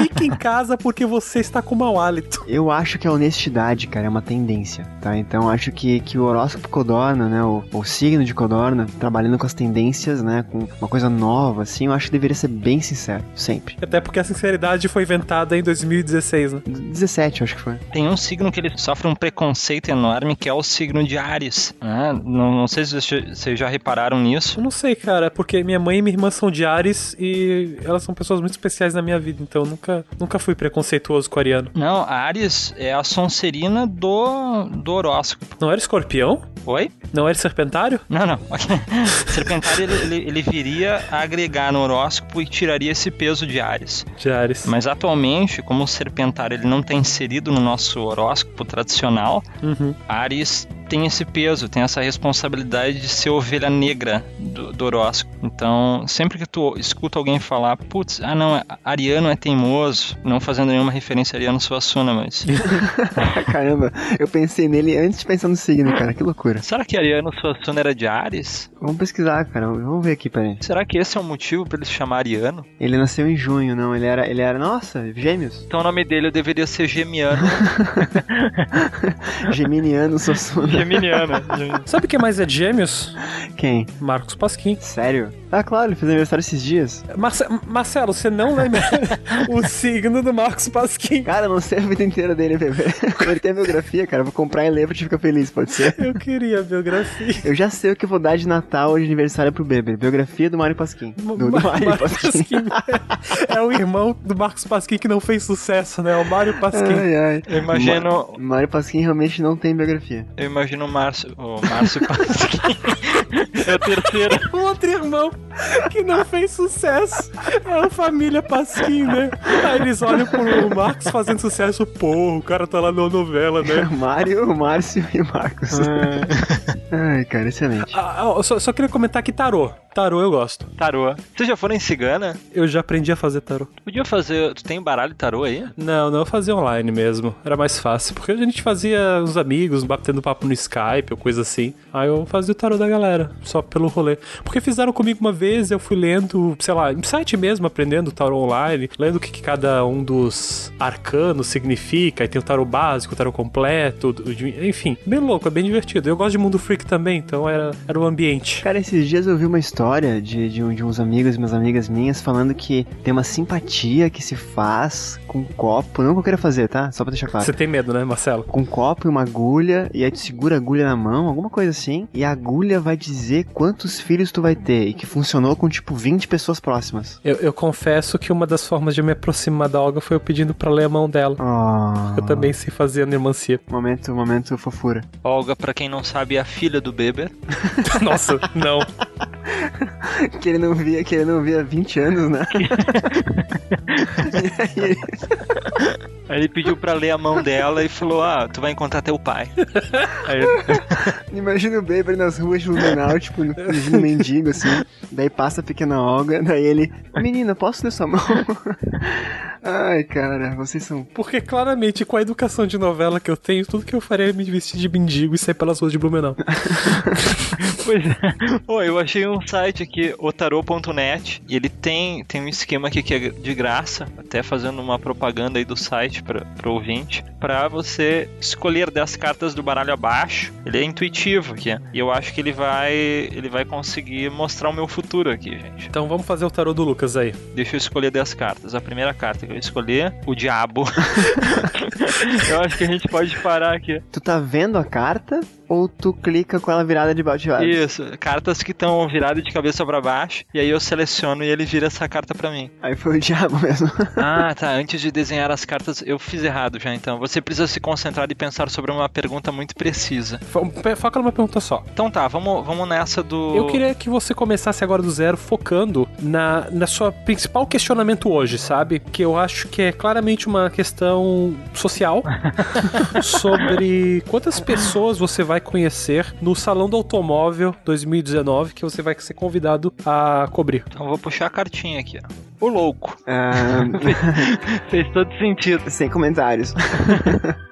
B: fique em casa porque você está com mau hálito.
C: Eu acho que a honestidade, cara, é uma tendência, tá? Então acho que, que o horóscopo Codorna, né? O, o signo de Codorna, trabalhando com as tendências, né? Com uma coisa nova, assim, eu acho que deveria ser bem sincero, sempre.
B: Até porque a sinceridade foi inventada em 2016, né?
C: 17, eu acho que foi.
D: Tem um signo que ele sofre um preconceito enorme, que é o signo de Ares. né? Não, não sei se vocês- vocês já repararam nisso.
B: Eu não sei, cara, é porque minha mãe e minha irmã são de Ares e elas são pessoas muito especiais na minha vida, então eu nunca, nunca fui preconceituoso com ariano.
D: Não, Ares é a Sonserina do, do horóscopo.
B: Não era escorpião?
D: Oi?
B: Não era serpentário?
D: Não, não. Serpentário ele, ele- ele viria a agregar no horóscopo e tiraria esse peso de Ares.
B: De Ares.
D: Mas atualmente, como o Serpentário ele não está inserido no nosso horóscopo tradicional,
B: Uhum.
D: Ares tem esse peso, tem essa responsabilidade de ser ovelha negra do, do horóscopo. Então, sempre que tu escuta alguém falar, putz, ah não, Ariano é teimoso, não fazendo nenhuma referência a Ariano Suassuna, mas.
C: Caramba, eu pensei nele antes de pensar no signo, cara. Que loucura.
D: Será que Ariano Suassuna era de Ares?
C: Vamos pesquisar, cara. Vamos ver aqui, peraí.
D: Será que esse é o motivo para ele se chamar Ariano?
C: Ele nasceu em junho, não. Ele era. Ele era. Nossa, gêmeos.
D: Então o nome dele deveria ser Gemiano.
C: Geminiano Sossuna.
D: Geminiano.
B: Sabe quem mais é de gêmeos?
C: Quem?
B: Marcos Pasquim.
C: Sério? Ah, claro, ele fez aniversário esses dias.
B: Marce- Marcelo, você não lembra o signo do Marcos Pasquim?
C: Cara, eu não sei a vida inteira dele, bebê. Ele tem a biografia, cara. eu Vou comprar e ler pra te ficar feliz, pode ser?
B: Eu queria a biografia.
C: Eu já sei o que eu vou dar de Natal ou de aniversário pro Beber. Biografia do Mário Pasquim. Do, do
B: Ma-
C: Mário
B: Mário
C: Pasquim.
B: Pasquim. É o irmão do Marcos Pasquim que não fez sucesso, né? O Mário Pasquim.
C: Ai, ai.
D: Eu imagino,
C: Ma- Mário Pasquim realmente não tem biografia.
D: eu imagino o Márcio. O Márcio Pasquim. é o terceiro.
B: O Um outro irmão que não fez sucesso é a família Pasquim, né? Aí eles olham pro Marcos fazendo sucesso. Porra, o cara tá lá na novela, né?
C: Mário, Márcio e Marcos. Ai, cara, excelente.
B: Ah, ah, eu só, só queria comentar que tarô. Tarô eu gosto.
D: Tarô. Vocês já foram em cigana?
B: Eu já aprendi a fazer tarô.
D: Tu podia fazer. Tu tem baralho tarô aí?
B: Não, não, eu fazia online mesmo. Era mais fácil. Porque a gente fazia uns amigos batendo papo no Skype ou coisa assim. Aí eu fazia o tarô da galera, só pelo rolê. Porque fizeram comigo uma vez, eu fui lendo, sei lá, em site mesmo, aprendendo tarô online, lendo o que, que cada um dos arcanos significa. Aí tem o tarô básico, o tarô completo, o de- enfim. Bem louco, é bem divertido. Eu gosto de mundo freak também, então era, era o ambiente.
C: Cara, esses dias eu vi uma história de, de, um- de uns amigos e umas amigas minhas falando que tem uma simpatia que se faz com um copo. Não que eu queira fazer, tá? Só pra deixar claro.
B: Você tem medo, né, Marcelo?
C: com um copo e uma agulha, e aí tu segura a agulha na mão, alguma coisa assim, e a agulha vai dizer quantos filhos tu vai ter, e que funcionou com tipo 20 pessoas próximas.
B: Eu, eu confesso que uma das formas de me aproximar da Olga foi eu pedindo pra ler a mão dela.
C: Oh,
B: Eu também sei fazer anemoncia.
C: Momento, momento fofura.
D: Olga, pra quem não sabe, é a filha do Beber.
B: Nossa, não.
C: Que ele não via, que ele não via há 20 anos, né? e aí,
D: Aí ele pediu pra ler a mão dela e falou: Ah, tu vai encontrar teu pai. Aí
C: imagina o Baby nas ruas de Lumenau, tipo, no- fingindo mendigo, assim. Daí passa a pequena Olga, daí ele... Menina, posso ler sua mão? Ai, cara, vocês são
B: Porque claramente, com a educação de novela que eu tenho, tudo que eu faria é me vestir de mendigo e sair pelas ruas de Blumenau.
D: Pois é. Pô, eu achei um site aqui, otarô.net, e ele tem, tem um esquema aqui que é de graça. até fazendo uma propaganda aí do site para o ouvinte, para você escolher 10 cartas do baralho abaixo. Ele é intuitivo aqui. E eu acho que ele vai, ele vai conseguir mostrar o meu futuro aqui, gente.
B: Então vamos fazer o tarô do Lucas aí.
D: Deixa eu escolher 10 cartas. A primeira carta que eu escolher, o diabo. eu acho que a gente pode parar aqui.
C: Tu tá vendo a carta ou tu clica com ela virada de baixo de baixo?
D: Isso, cartas que estão viradas de cabeça para baixo, e aí eu seleciono e ele vira essa carta para mim.
C: Aí foi o diabo mesmo.
D: Ah, tá. Antes de desenhar as cartas, eu fiz errado já então. Você precisa se concentrar e pensar sobre uma pergunta muito precisa.
B: Fo- pe- Foca numa pergunta só.
D: Então tá, vamos, vamos nessa do.
B: Eu queria que você começasse agora do zero focando na, na sua principal questionamento hoje, sabe? Que eu acho que é claramente uma questão social sobre quantas pessoas você vai conhecer no Salão do Automóvel 2019 que você vai ser convidado a cobrir.
D: Então eu vou puxar a cartinha aqui, ó. O louco.
C: Ah,
D: Fez todo sentido.
C: sem comentários.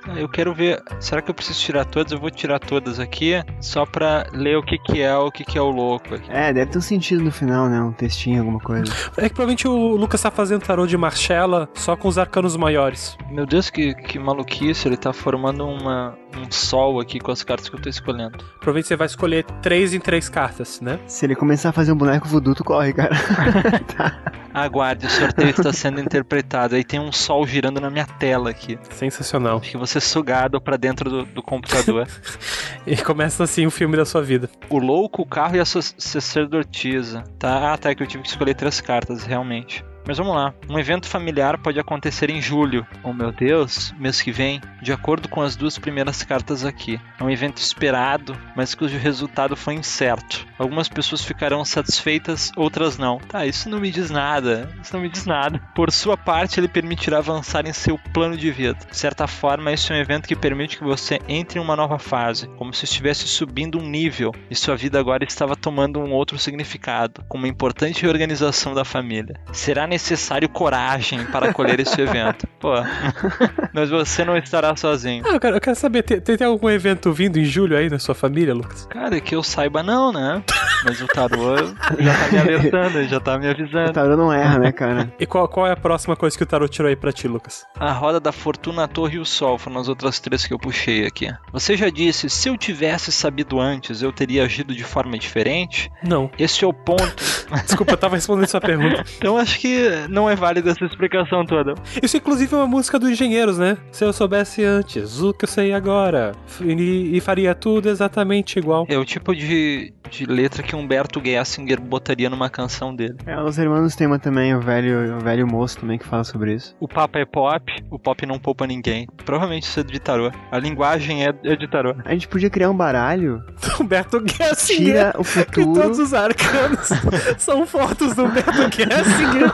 D: Ah, Eu quero ver. Será que eu preciso tirar todas? Eu vou tirar todas aqui, só pra ler o que que é, o que que é o louco aqui.
C: É, deve ter um sentido no final, né? Um textinho, alguma coisa.
B: É que provavelmente o Lucas tá fazendo tarô de Marcella só com os arcanos maiores.
D: Meu Deus, que, que maluquice. Ele tá formando uma, um sol aqui com as cartas que eu tô escolhendo.
B: Provavelmente você vai escolher três em três cartas, né?
C: Se ele começar a fazer um boneco voodoo, tu corre, cara.
D: Aguarde, o sorteio está sendo interpretado. Aí tem um sol girando na minha tela aqui.
B: Sensacional.
D: Acho que você é sugado pra dentro do, do computador.
B: E começa assim o filme da sua vida.
D: o louco, o carro e a sac- sacerdotisa. Tá? Ah, tá, é que eu tive que escolher três cartas, realmente. Mas vamos lá. Um evento familiar pode acontecer em julho. Oh meu Deus, mês que vem, de acordo com as duas primeiras cartas aqui. É um evento esperado, mas cujo resultado foi incerto. Algumas pessoas ficarão satisfeitas, outras não. Tá, isso não me diz nada. Isso não me diz nada. Por sua parte, ele permitirá avançar em seu plano de vida. De certa forma, esse é um evento que permite que você entre em uma nova fase, como se estivesse subindo um nível e sua vida agora estava tomando um outro significado, com uma importante reorganização da família. Será necessário coragem para acolher esse evento. Pô, mas você não estará sozinho.
B: Ah, eu quero, eu quero saber, tem, tem algum evento vindo em julho aí na sua família, Lucas?
D: Cara, é que eu saiba não, né? Mas o tarô já tá me alertando, já tá me
C: O
D: avisando.
C: tarô não erra, né, cara?
B: E qual, qual é a próxima coisa que o Tarot tirou aí pra ti, Lucas?
D: A roda da fortuna, a torre e o sol foram as outras três que eu puxei aqui. Você já disse, se eu tivesse sabido antes, eu teria agido de forma diferente?
B: Não.
D: Esse é o ponto.
B: Desculpa, eu tava respondendo sua pergunta.
D: Então acho que não é válida essa explicação toda.
B: Isso, inclusive, é uma música do Engenheiros, né? Se eu soubesse antes o que eu sei agora, e, e faria tudo exatamente igual.
D: É o tipo de, de letra que Humberto Gessinger botaria numa canção dele.
C: É, os irmãos tem uma também, o velho, o velho moço também que fala sobre isso.
D: O papa é pop, o pop não poupa ninguém. Provavelmente isso é de tarô. A linguagem é, é de tarô.
C: A gente podia criar um baralho,
B: Então, Humberto assim, Gessinger.
C: tira o
B: Que todos
C: futuro.
B: os arcanos são fotos do Humberto Gessinger.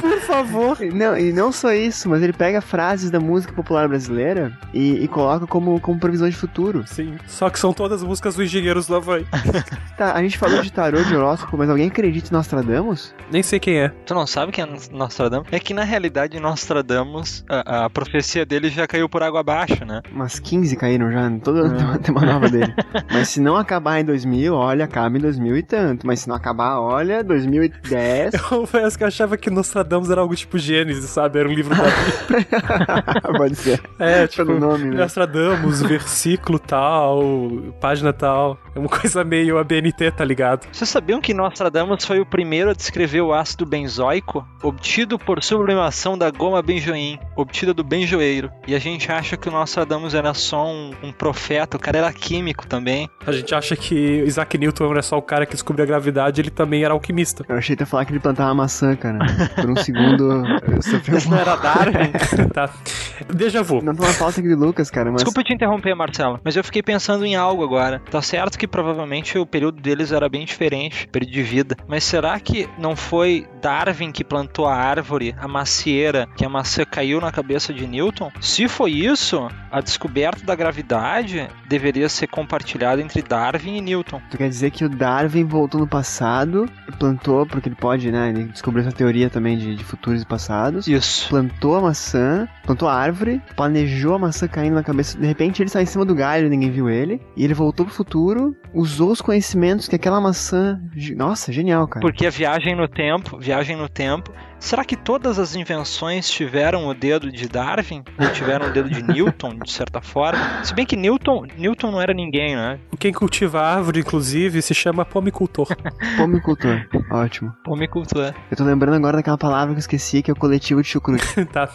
B: Por favor.
C: Não, e não só isso, mas ele pega frases da música popular brasileira e, e coloca como, como previsão de futuro.
B: Sim. Só que são todas músicas do Engenheiros lá vai.
C: Tá, a gente falou de tarô, de horóscopo, mas alguém acredita em Nostradamus?
B: Nem sei quem é.
D: Tu não sabe quem é Nostradamus? É que na realidade Nostradamus, a, a profecia dele já caiu por água abaixo, né?
C: Umas 15 caíram já, todo ano tem uma nova dele. Mas se não acabar em 2000, olha, acaba em 2000 e tanto. Mas se não acabar, olha, 2010.
B: Eu confesso que eu achava que Nostradamus era algo tipo Gênesis, sabe? Era um livro da
C: ah, Pode ser.
B: É, tipo,
C: Pelo nome, né?
B: Nostradamus, versículo tal, página tal. É uma coisa meio ABNT, tá ligado?
D: Vocês sabiam que Nostradamus foi o primeiro a descrever o ácido benzoico obtido por sublimação da goma benjoim, obtida do benjoeiro? E a gente acha que o Nostradamus era só um, um profeta, o cara era químico também.
B: A gente acha que Isaac Newton era só o cara que descobriu a gravidade, ele também era alquimista.
C: Eu achei que tu ia falar que ele plantava maçã, cara. Por um segundo, eu sofri
D: Mas
C: um...
D: não era Darwin?
B: tá. Deja vu.
C: Não tô na pauta aqui do Lucas, cara, mas...
D: Desculpa te interromper, Marcelo, mas eu fiquei pensando em algo agora. Tá certo que provavelmente o período deles era bem diferente, período de vida, mas será que não foi Darwin que plantou a árvore, a macieira, que a maçã caiu na cabeça de Newton? Se foi isso, a descoberta da gravidade deveria ser compartilhada entre Darwin e Newton.
C: Tu quer dizer que o Darwin voltou no passado, plantou, porque ele pode, né? Ele descobriu essa teoria também de, de futuros e passados.
D: Isso.
C: Plantou a maçã, plantou a árvore, planejou a maçã caindo na cabeça. De repente ele sai em cima do galho, ninguém viu ele. E ele voltou pro futuro, usou os conhecimentos que aquela maçã. Nossa, genial, cara.
D: Porque a viagem no tempo, viagem no tempo. Será que todas as invenções tiveram o dedo de Darwin? Ou tiveram o dedo de Newton, de certa forma? Se bem que Newton, Newton não era ninguém, né?
B: Quem cultiva árvore, inclusive, se chama pomicultor.
C: Pomicultor. Ótimo.
D: Pomicultor.
C: Eu tô lembrando agora daquela palavra que eu esqueci, que é o coletivo de chucrute.
B: tá.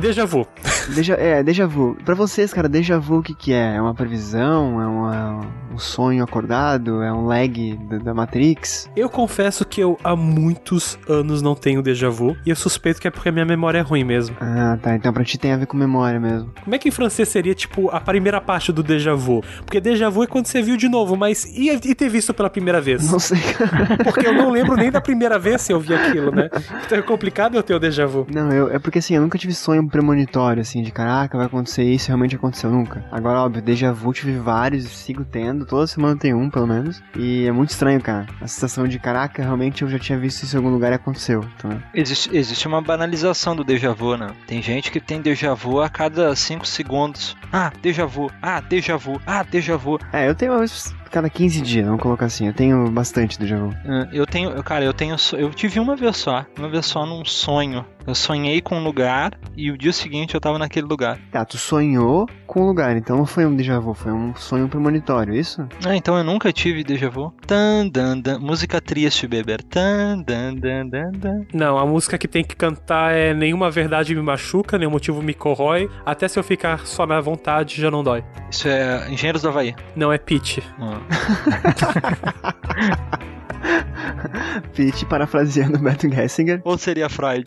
B: Deja vu.
C: Deja, é, déjà vu. Pra vocês, cara, déjà vu o que, que é? É uma previsão? É uma- um sonho acordado? É um lag da, da Matrix?
B: Eu confesso que eu há muitos anos não tenho déjà vu, e eu suspeito que é porque a minha memória é ruim mesmo.
C: Ah, tá. Então pra ti tem a ver com memória mesmo.
B: Como é que em francês seria, tipo, a primeira parte do déjà vu? Porque déjà vu é quando você viu de novo, mas e, e ter visto pela primeira vez?
C: Não sei, cara.
B: Porque eu não lembro nem da primeira vez se eu vi aquilo, né? Então é complicado eu ter o déjà vu.
C: Não, eu, é porque assim, eu nunca tive sonho premonitório, assim, de caraca, vai acontecer isso, realmente aconteceu nunca. Agora, óbvio, déjà vu tive vários, sigo tendo, toda semana tem um, pelo menos. E é muito estranho, cara. A sensação de caraca, realmente eu já tinha visto isso em algum lugar e aconteceu. Então, é.
D: Existe, existe uma banalização do déjà vu, né? Tem gente que tem déjà vu a cada 5 segundos. Ah, déjà vu. Ah, déjà vu. Ah, déjà vu.
C: é, eu tenho uma vez cada 15 dias, vamos colocar assim, eu tenho bastante déjà vu.
D: Ah, Eu tenho, eu- cara, eu tenho, so- eu tive uma vez só, uma vez só num sonho. Eu sonhei com um lugar e o dia seguinte eu tava naquele lugar.
C: Tá, tu sonhou com o lugar, então não foi um déjà vu, foi um sonho premonitório, isso?
D: Ah, então eu nunca tive déjà vu. Tan, dan, dan. Música triste, beber. Tan, dan, dan, dan, dan.
B: Não, a música que tem que cantar é Nenhuma Verdade Me Machuca, Nenhum Motivo Me Corrói, Até se eu ficar só na vontade já não dói.
D: Isso é Engenheiros do Havaí.
B: Não, é pitch.
D: Ah.
C: Pete parafraseando Beto Gessinger.
D: Ou seria Freud?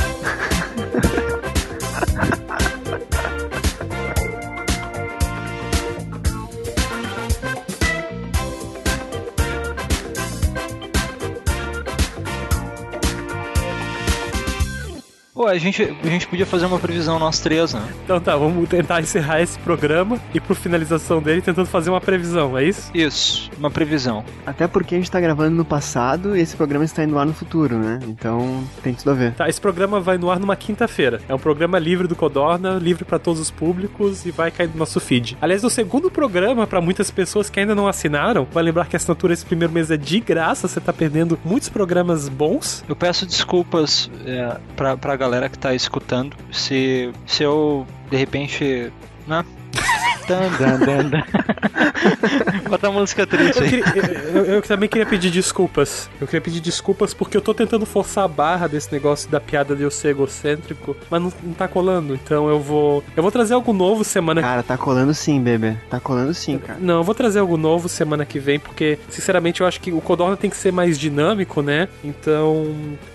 D: Pô, a gente, a gente podia fazer uma previsão nós três, né?
B: Então tá, vamos tentar encerrar esse programa e pro finalização dele tentando fazer uma previsão, é isso?
D: Isso, uma previsão.
C: Até porque a gente tá gravando no passado e esse programa está indo lá no futuro, né? Então tem tudo a ver.
B: Tá, esse programa vai no ar numa quinta-feira. É um programa livre do Codorna, livre pra todos os públicos e vai cair no nosso feed. Aliás, o segundo programa, pra muitas pessoas que ainda não assinaram, vai lembrar que a assinatura esse primeiro mês é de graça, você tá perdendo muitos programas bons.
D: Eu peço desculpas é, pra, pra galera que tá escutando se, se eu, de repente. Né? Tan, dan, dan, dan. Bota a música triste
B: Eu,
D: aí.
B: queria- eu- eu- eu também queria pedir desculpas. Eu queria pedir desculpas porque eu tô tentando forçar a barra desse negócio da piada de eu ser egocêntrico, mas não, não tá colando. Então eu vou. Eu vou trazer algo novo semana
C: Cara, tá colando sim, bebê. Tá colando sim, cara.
B: Não, eu vou trazer algo novo semana que vem, porque, sinceramente, eu acho que o Codorna tem que ser mais dinâmico, né? Então,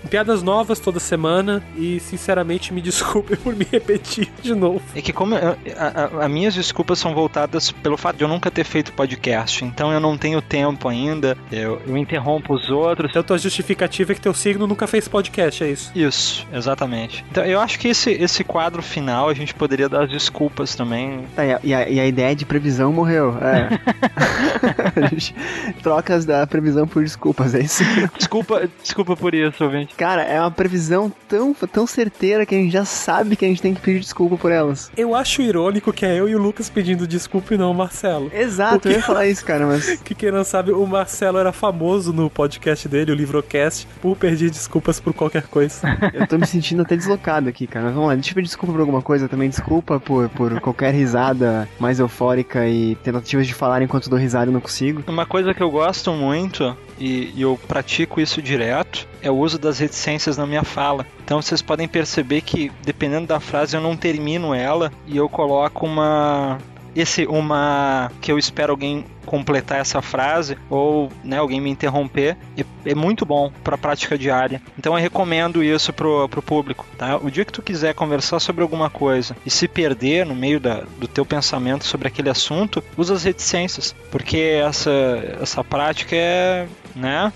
B: piadas novas toda semana e, sinceramente, me desculpe por me repetir de novo.
D: É que como eu- a- a- as minhas desculpas são voltadas pelo fato de eu nunca ter feito podcast, então eu não tenho tempo ainda, eu, eu interrompo os outros.
B: Então, tua justificativa é que teu signo nunca fez podcast, é isso?
D: Isso, exatamente. Então eu acho que esse, esse quadro final a gente poderia dar as desculpas também.
C: Tá, e a, e a- e a ideia de previsão morreu. É. a gente troca as da previsão por desculpas, é isso.
D: Desculpa, desculpa por isso, ouvinte.
C: Cara, é uma previsão tão, tão certeira que a gente já sabe que a gente tem que pedir desculpa por elas.
B: Eu acho irônico que é eu e o Lucas pedindo desculpa e não o Marcelo.
C: Exato, eu ia falar isso, cara, mas.
B: Que quem não sabe, o Marcelo era famoso no podcast dele, o Livrocast, por pedir desculpas por qualquer coisa.
C: Eu tô me sentindo até deslocado aqui, cara. Mas vamos lá, deixa eu pedir desculpa por alguma coisa também. Desculpa por, por qualquer risada mais eufórica e tentativas de falar enquanto eu dou risada e não consigo.
D: Uma coisa que eu gosto muito e, e eu pratico isso direto é o uso das reticências na minha fala. Então vocês podem perceber que dependendo da frase eu não termino ela e eu coloco uma esse uma que eu espero alguém completar essa frase ou né, alguém me interromper é, é muito bom para prática diária. Então eu recomendo isso pro, pro público, tá? O dia que tu quiser conversar sobre alguma coisa e se perder no meio da, do teu pensamento sobre aquele assunto, usa as reticências, porque essa essa prática é, né?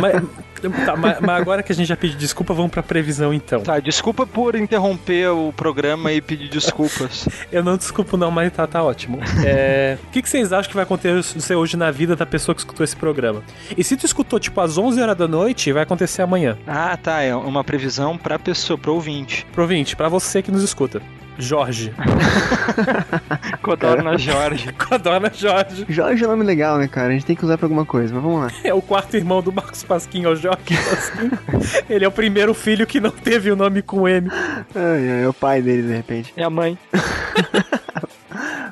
B: mas, tá, mas- mas agora que a gente já pediu desculpa, vamos pra previsão então.
D: Tá, desculpa por interromper o programa e pedir desculpas.
B: Eu não desculpo não, mas tá, tá ótimo. É, O que, que vocês acham que vai acontecer hoje na vida da pessoa que escutou esse programa? E se tu escutou, tipo, às 11 horas da noite, vai acontecer amanhã.
D: ah, tá, é uma previsão pra pessoa, pro ouvinte.
B: Pro ouvinte, pra você que nos escuta. Jorge.
D: Codorna Jorge.
B: Codorna Jorge.
C: Jorge é um nome legal, né, cara? A gente tem que usar pra alguma coisa, mas vamos lá.
B: É o quarto irmão do Marcos Pasquim, é o Jorge Pasquim. Ele é o primeiro filho que não teve o nome com M.
C: Ai, ai, é o pai dele, de repente.
D: É a mãe.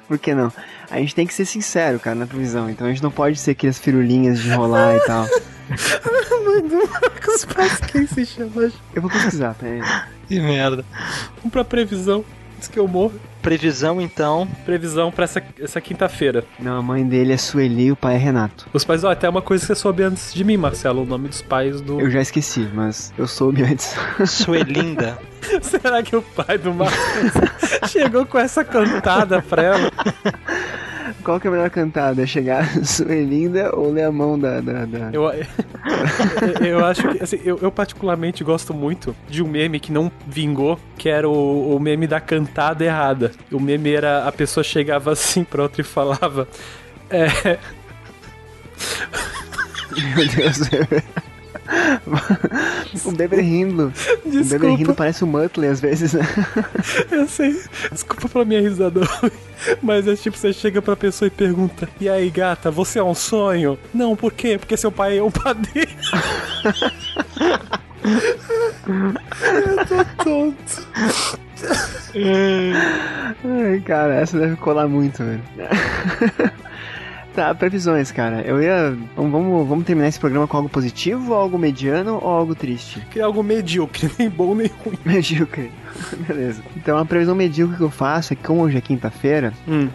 C: Por que não? A gente tem que ser sincero, cara, na previsão. Então a gente não pode ser aquelas firulinhas de rolar e tal.
B: Mãe do Marcos Pasquim se chama.
C: Eu vou pesquisar, peraí.
D: Que merda.
B: Vamos pra previsão. Diz que eu morro.
D: Previsão, então.
B: Previsão pra essa, essa quinta-feira.
C: Não, a mãe dele é Sueli e o pai é Renato.
B: Os pais, ó, até uma coisa que você soube antes de mim, Marcelo, o nome dos pais do.
C: Eu já esqueci, mas eu soube antes.
D: Suelinda.
B: Será que o pai do Marcos chegou com essa cantada pra ela?
C: Qual que é a melhor cantada? É chegar Suelinda ou ler a mão da. da, da...
B: Eu, eu acho que, assim, eu, eu particularmente gosto muito de um meme que não vingou, que era o, o meme da cantada errada. O meme era a pessoa chegava assim pra outra e falava. É,
C: Meu Deus. o Beber rindo. O Beber rindo
B: desculpa,
C: Um parece o Muttley às vezes, né?
B: eu sei. Desculpa pela minha risada, mas é tipo, você chega pra pessoa e pergunta: E aí, gata, você é um sonho? Não, por quê? Porque seu pai é um padeiro. eu tô tonto.
C: Ai, cara, essa deve colar muito, velho. Tá, previsões, cara. Eu ia. Vamos, vamos, vamos terminar esse programa com algo positivo, algo mediano ou algo triste?
B: Que é algo medíocre, nem bom nem ruim.
C: Medíocre. Beleza. Então a previsão medíocre que eu faço é que, como hoje é quinta-feira,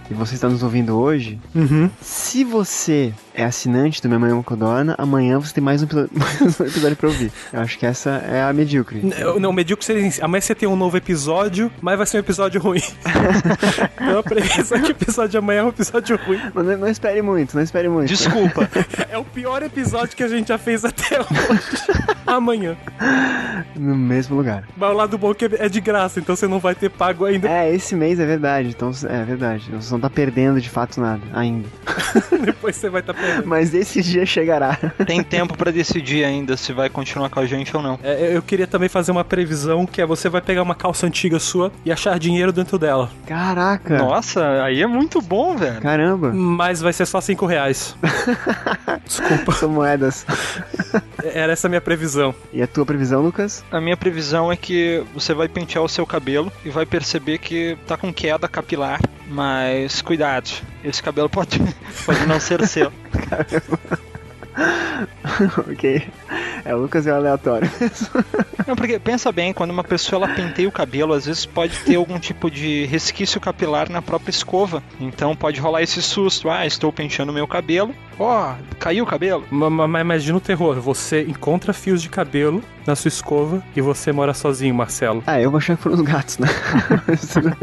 C: e você está nos ouvindo hoje,
B: Uhum.
C: se você é assinante do Minha Mãe é uma Codorna, amanhã você tem mais um, episo- mais um episódio pra ouvir. Eu acho que essa é a medíocre.
B: Não, Não, medíocre seria assim, amanhã você tem um novo episódio, mas vai ser um episódio ruim. então a previsão é que o episódio de amanhã é um episódio ruim.
C: Mas não, não espere muito, não espere muito.
D: Desculpa.
B: É o pior episódio que a gente já fez até hoje. amanhã.
C: No mesmo lugar.
B: Mas o lado bom é que é de graça, então você não vai ter pago ainda.
C: É, esse mês é verdade, então é verdade. Você não tá perdendo de fato nada ainda.
B: Depois você vai estar perdendo.
C: Mas esse dia chegará.
D: Tem tempo pra decidir ainda se vai continuar com a gente ou não.
B: É, eu queria também fazer uma previsão que é você vai pegar uma calça antiga sua e achar dinheiro dentro dela.
C: Caraca!
D: Nossa, aí é muito bom, velho.
C: Caramba!
B: Mas vai ser só 5 reais. Desculpa.
C: São moedas.
B: Era essa a minha previsão.
C: E a tua previsão, Lucas?
D: A minha previsão é que você vai pentear o seu cabelo e vai perceber que tá com queda capilar, mas cuidado, esse cabelo pode, pode não ser seu.
C: ok. É, o Lucas é o aleatório.
D: Não, porque pensa bem, quando uma pessoa ela penteia o cabelo, às vezes pode ter algum tipo de resquício capilar na própria escova. Então pode rolar esse susto, ah, estou penteando meu cabelo. Ó, caiu o cabelo.
B: Ma- ma- Mas imagina o terror. Você encontra fios de cabelo na sua escova e você mora sozinho, Marcelo.
C: ah, eu vou achar que foram os gatos, né?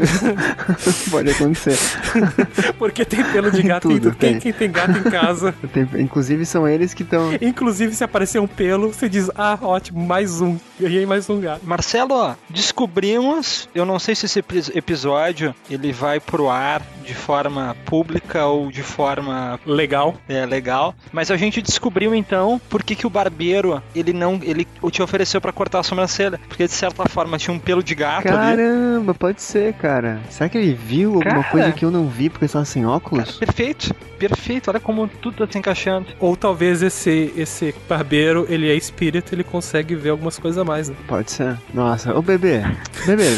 C: Pode acontecer.
B: Porque tem pelo de gato em
C: Tudo
B: tudo. Tem
C: tem.
B: quem tem gato em casa.
C: Tem- inclusive, são eles que estão.
B: Inclusive, se aparecer um pelo, você diz: Ah, ótimo, mais um. Ganhei mais um gato.
D: Marcelo, ó, descobrimos, eu não sei se esse epi- episódio ele vai pro ar de forma pública ou de forma
B: Legal.
D: É legal. Mas a gente descobriu então por que, que o barbeiro ele não ele te ofereceu pra cortar a sobrancelha, porque de certa forma tinha um pelo de gato ali.
C: Caramba, pode ser, cara. Será que ele viu alguma
D: Cara.
C: coisa que eu não vi porque eu estava sem óculos?
D: Perfeito, perfeito. Olha como tudo tá se encaixando.
B: Ou talvez esse, esse barbeiro, ele é espírito, ele consegue ver algumas coisas a mais. Né?
C: Pode ser. Nossa, ô bebê. Bebê,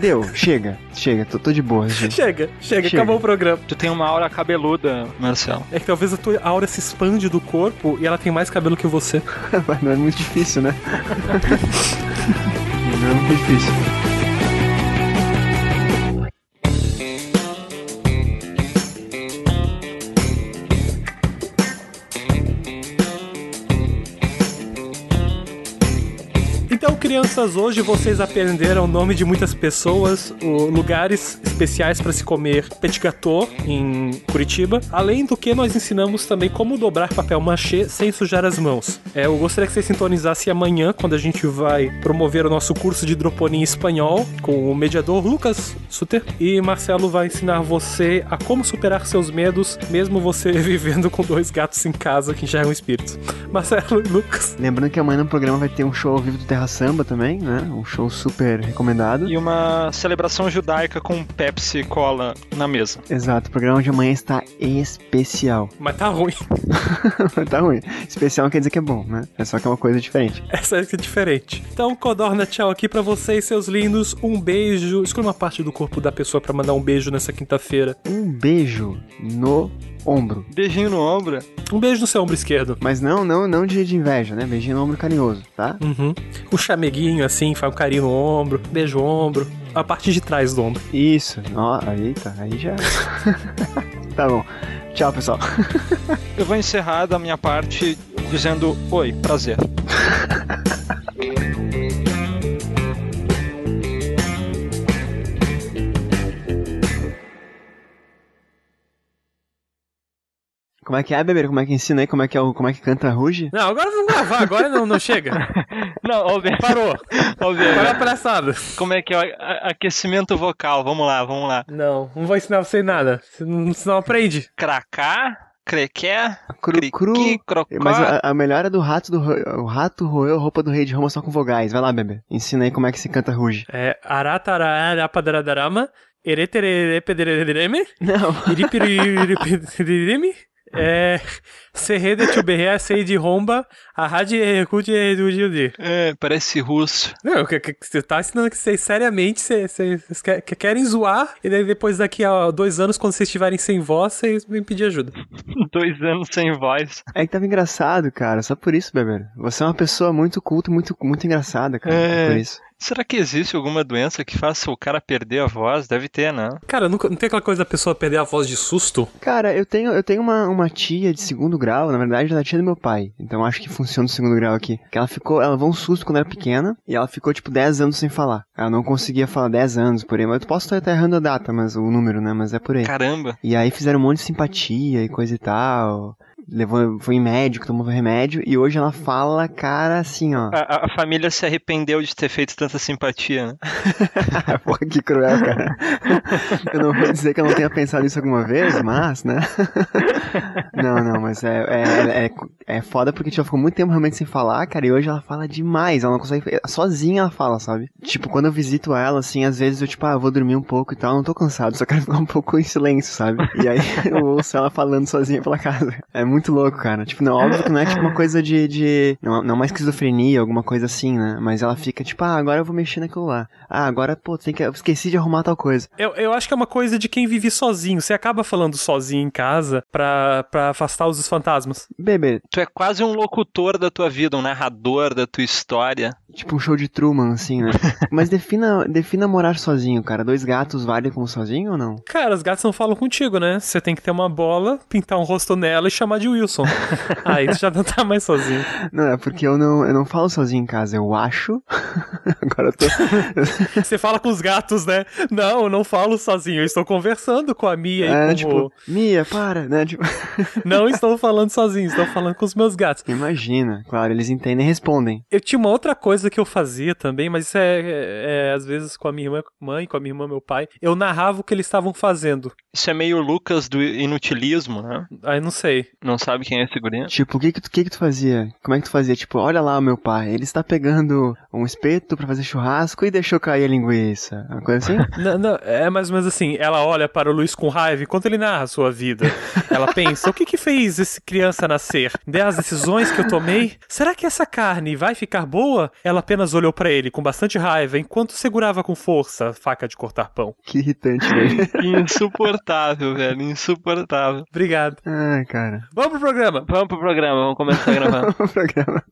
C: deu. Chega, chega. Tô, tô de boa, gente.
B: Chega, chega,
C: Chega.
B: acabou o programa.
D: Tu tem uma aura cabeluda, Marcelo.
B: É que talvez a tua aura se expande do corpo e ela tem mais cabelo que você.
C: Mas não é muito difícil, né? não é muito difícil.
B: Então, crianças, hoje vocês aprenderam o nome de muitas pessoas, o- lugares especiais para se comer petit gâteau em Curitiba. Além do que, nós ensinamos também como dobrar papel machê sem sujar as mãos. É, eu gostaria que vocês sintonizassem amanhã, quando a gente vai promover o nosso curso de hidroponia em espanhol, com o mediador Lucas Suter. E Marcelo vai ensinar você a como superar seus medos, mesmo você vivendo com dois gatos em casa que enxergam espíritos. é um Marcelo e Lucas.
C: Lembrando que amanhã no programa vai ter um show ao vivo do Terra Samba, caramba também, né? Um show super recomendado.
D: E uma celebração judaica com Pepsi e Cola na mesa.
C: Exato, o programa de amanhã está especial.
B: Mas tá ruim.
C: tá ruim. Especial não quer dizer que é bom, né? É só que é uma coisa diferente.
B: Essa é diferente. Então, Codorna, tchau aqui pra vocês, seus lindos. Um beijo. Escolha uma parte do corpo da pessoa pra mandar um beijo nessa quinta-feira.
C: Um beijo no ombro.
D: Beijinho no ombro.
B: Um beijo no seu ombro esquerdo.
C: Mas não, não, não de, de inveja, né? Beijinho no ombro carinhoso, tá?
B: Uhum. Um chameguinho assim, faz um carinho no ombro, beijo no ombro. A parte de trás do ombro.
C: Isso. Ó, eita, aí já. tá bom. Tchau, pessoal.
D: Eu vou encerrar da minha parte dizendo oi, prazer.
C: Como é que é, bebê? Como é que ensina aí? Como é que é o, como é que canta Ruge?
B: Não, agora vamos gravar, agora não, não chega.
D: Não, ô, Beber,
B: Parou.
D: ô,
B: Para
D: Beber,
B: apressado.
D: como é que é o a- aquecimento vocal? Vamos lá, vamos lá.
B: Não, não vou ensinar você nada. Você não, você não aprende.
D: Cracá, crequé,
C: Cru, cru.
D: criqui, crocó.
C: Mas a, a melhor é do rato do ro- o rato roeu a roupa do rei de Roma só com vogais. Vai lá, bebê. Ensina aí como é que se canta Ruge.
B: É aratarapadaradarama, eretererepederereme,
C: Não.
B: iripiriripiririmi, é serrede chuberrea seide romba, arrade ercute erudildi.
D: É, parece russo.
B: Não, que- que- que você tá ensinando que vocês seriamente vocês- vocês vocês que- que querem zoar, e daí depois daqui a dois anos, quando vocês estiverem sem voz, vocês me pedir ajuda.
D: Dois anos sem voz.
C: É que tava engraçado, cara. Só por isso, bebê. Você é uma pessoa muito culta, e muito, muito engraçada, cara.
D: É.
C: Por isso.
D: Será que existe alguma doença que faça o cara perder a voz? Deve ter, né?
B: Cara, nunca- não tem aquela coisa da pessoa perder a voz de susto?
C: Cara, eu tenho, eu tenho uma, uma tia de segundo grau, na verdade ela é tia do meu pai, então acho que funciona o segundo grau aqui. Que ela ficou, ela levou um susto quando era pequena, e ela ficou tipo 10 anos sem falar. Ela não conseguia falar 10 anos por aí, mas eu posso estar estar errando a data, mas o número, né, mas é por aí.
D: Caramba.
C: E aí fizeram um monte de simpatia e coisa e tal. Levou, foi em médico, tomou remédio, e hoje ela fala, cara, assim, ó.
D: A, a- a família se arrependeu de ter feito tanta simpatia, né?
C: Porra, que cruel, cara. Eu não vou dizer que eu não tenha pensado isso alguma vez, mas, né? Não, não, mas é, é, é, é foda porque a gente já ficou muito tempo realmente sem falar, cara, e hoje ela fala demais, ela não consegue. Sozinha ela fala, sabe? Tipo, quando eu visito ela, assim, às vezes eu, tipo, ah, eu vou dormir um pouco e tal, não tô cansado, só quero ficar um pouco em silêncio, sabe? E aí eu ouço ela falando sozinha pela casa. É muito louco, cara. Tipo, não, óbvio que não é tipo uma coisa de. de não, não é uma esquizofrenia, alguma coisa assim, né? Mas ela fica, tipo, ah, agora eu vou mexer naquilo lá. Ah, agora, pô, tem que. Eu esqueci de arrumar tal coisa.
B: Eu, eu acho que é uma coisa de quem vive sozinho. Você acaba falando sozinho em casa pra, pra afastar os fantasmas.
C: Bebê,
D: Tu é quase um locutor da tua vida, um narrador da tua história.
C: Tipo um show de Truman, assim, né? Mas defina, defina morar sozinho, cara. Dois gatos valem como sozinho ou não?
B: Cara, os gatos não falam contigo, né? Você tem que ter uma bola, pintar um rosto nela e chamar de Wilson. Aí tu já não tá mais sozinho.
C: Não, é porque eu não, eu não falo sozinho em casa, eu acho. Agora eu tô.
B: Você fala com os gatos, né? Não, eu não falo sozinho. Eu estou conversando com a Mia e
C: É,
B: com
C: tipo, Mia, para, né? Tipo,
B: o... Não estou falando sozinho, estou falando com os meus gatos.
C: imagina, claro, eles entendem e respondem.
B: Eu tinha uma outra coisa que eu fazia também, mas isso é, é- é, às vezes com a minha irmã, mãe, com a minha irmã, meu pai. Eu narrava o que eles estavam fazendo.
D: Isso é meio Lucas do inutilismo, né?
B: Aí não sei.
D: Não sabe quem é esse gurinha?
C: Tipo, o que que tu, o que que tu fazia? Como é que tu fazia? Tipo, olha lá o meu pai, ele está pegando um espeto pra fazer churrasco e deixou cair a linguiça. Uma coisa assim?
B: Não, não, é mais ou menos assim, ela olha para o Luiz com raiva enquanto ele narra a sua vida. Ela pensa, o que que fez esse criança nascer? Das decisões que eu tomei, será que essa carne vai ficar boa? Ela apenas olhou para ele com bastante raiva enquanto segurava com força a faca de cortar pão.
C: Que irritante, né? velho.
D: Insuportável, velho, insuportável.
B: Obrigado.
C: Ah, cara.
B: Vamos pro programa.
D: Vamos pro programa, vamos começar a gravar.
C: O programa.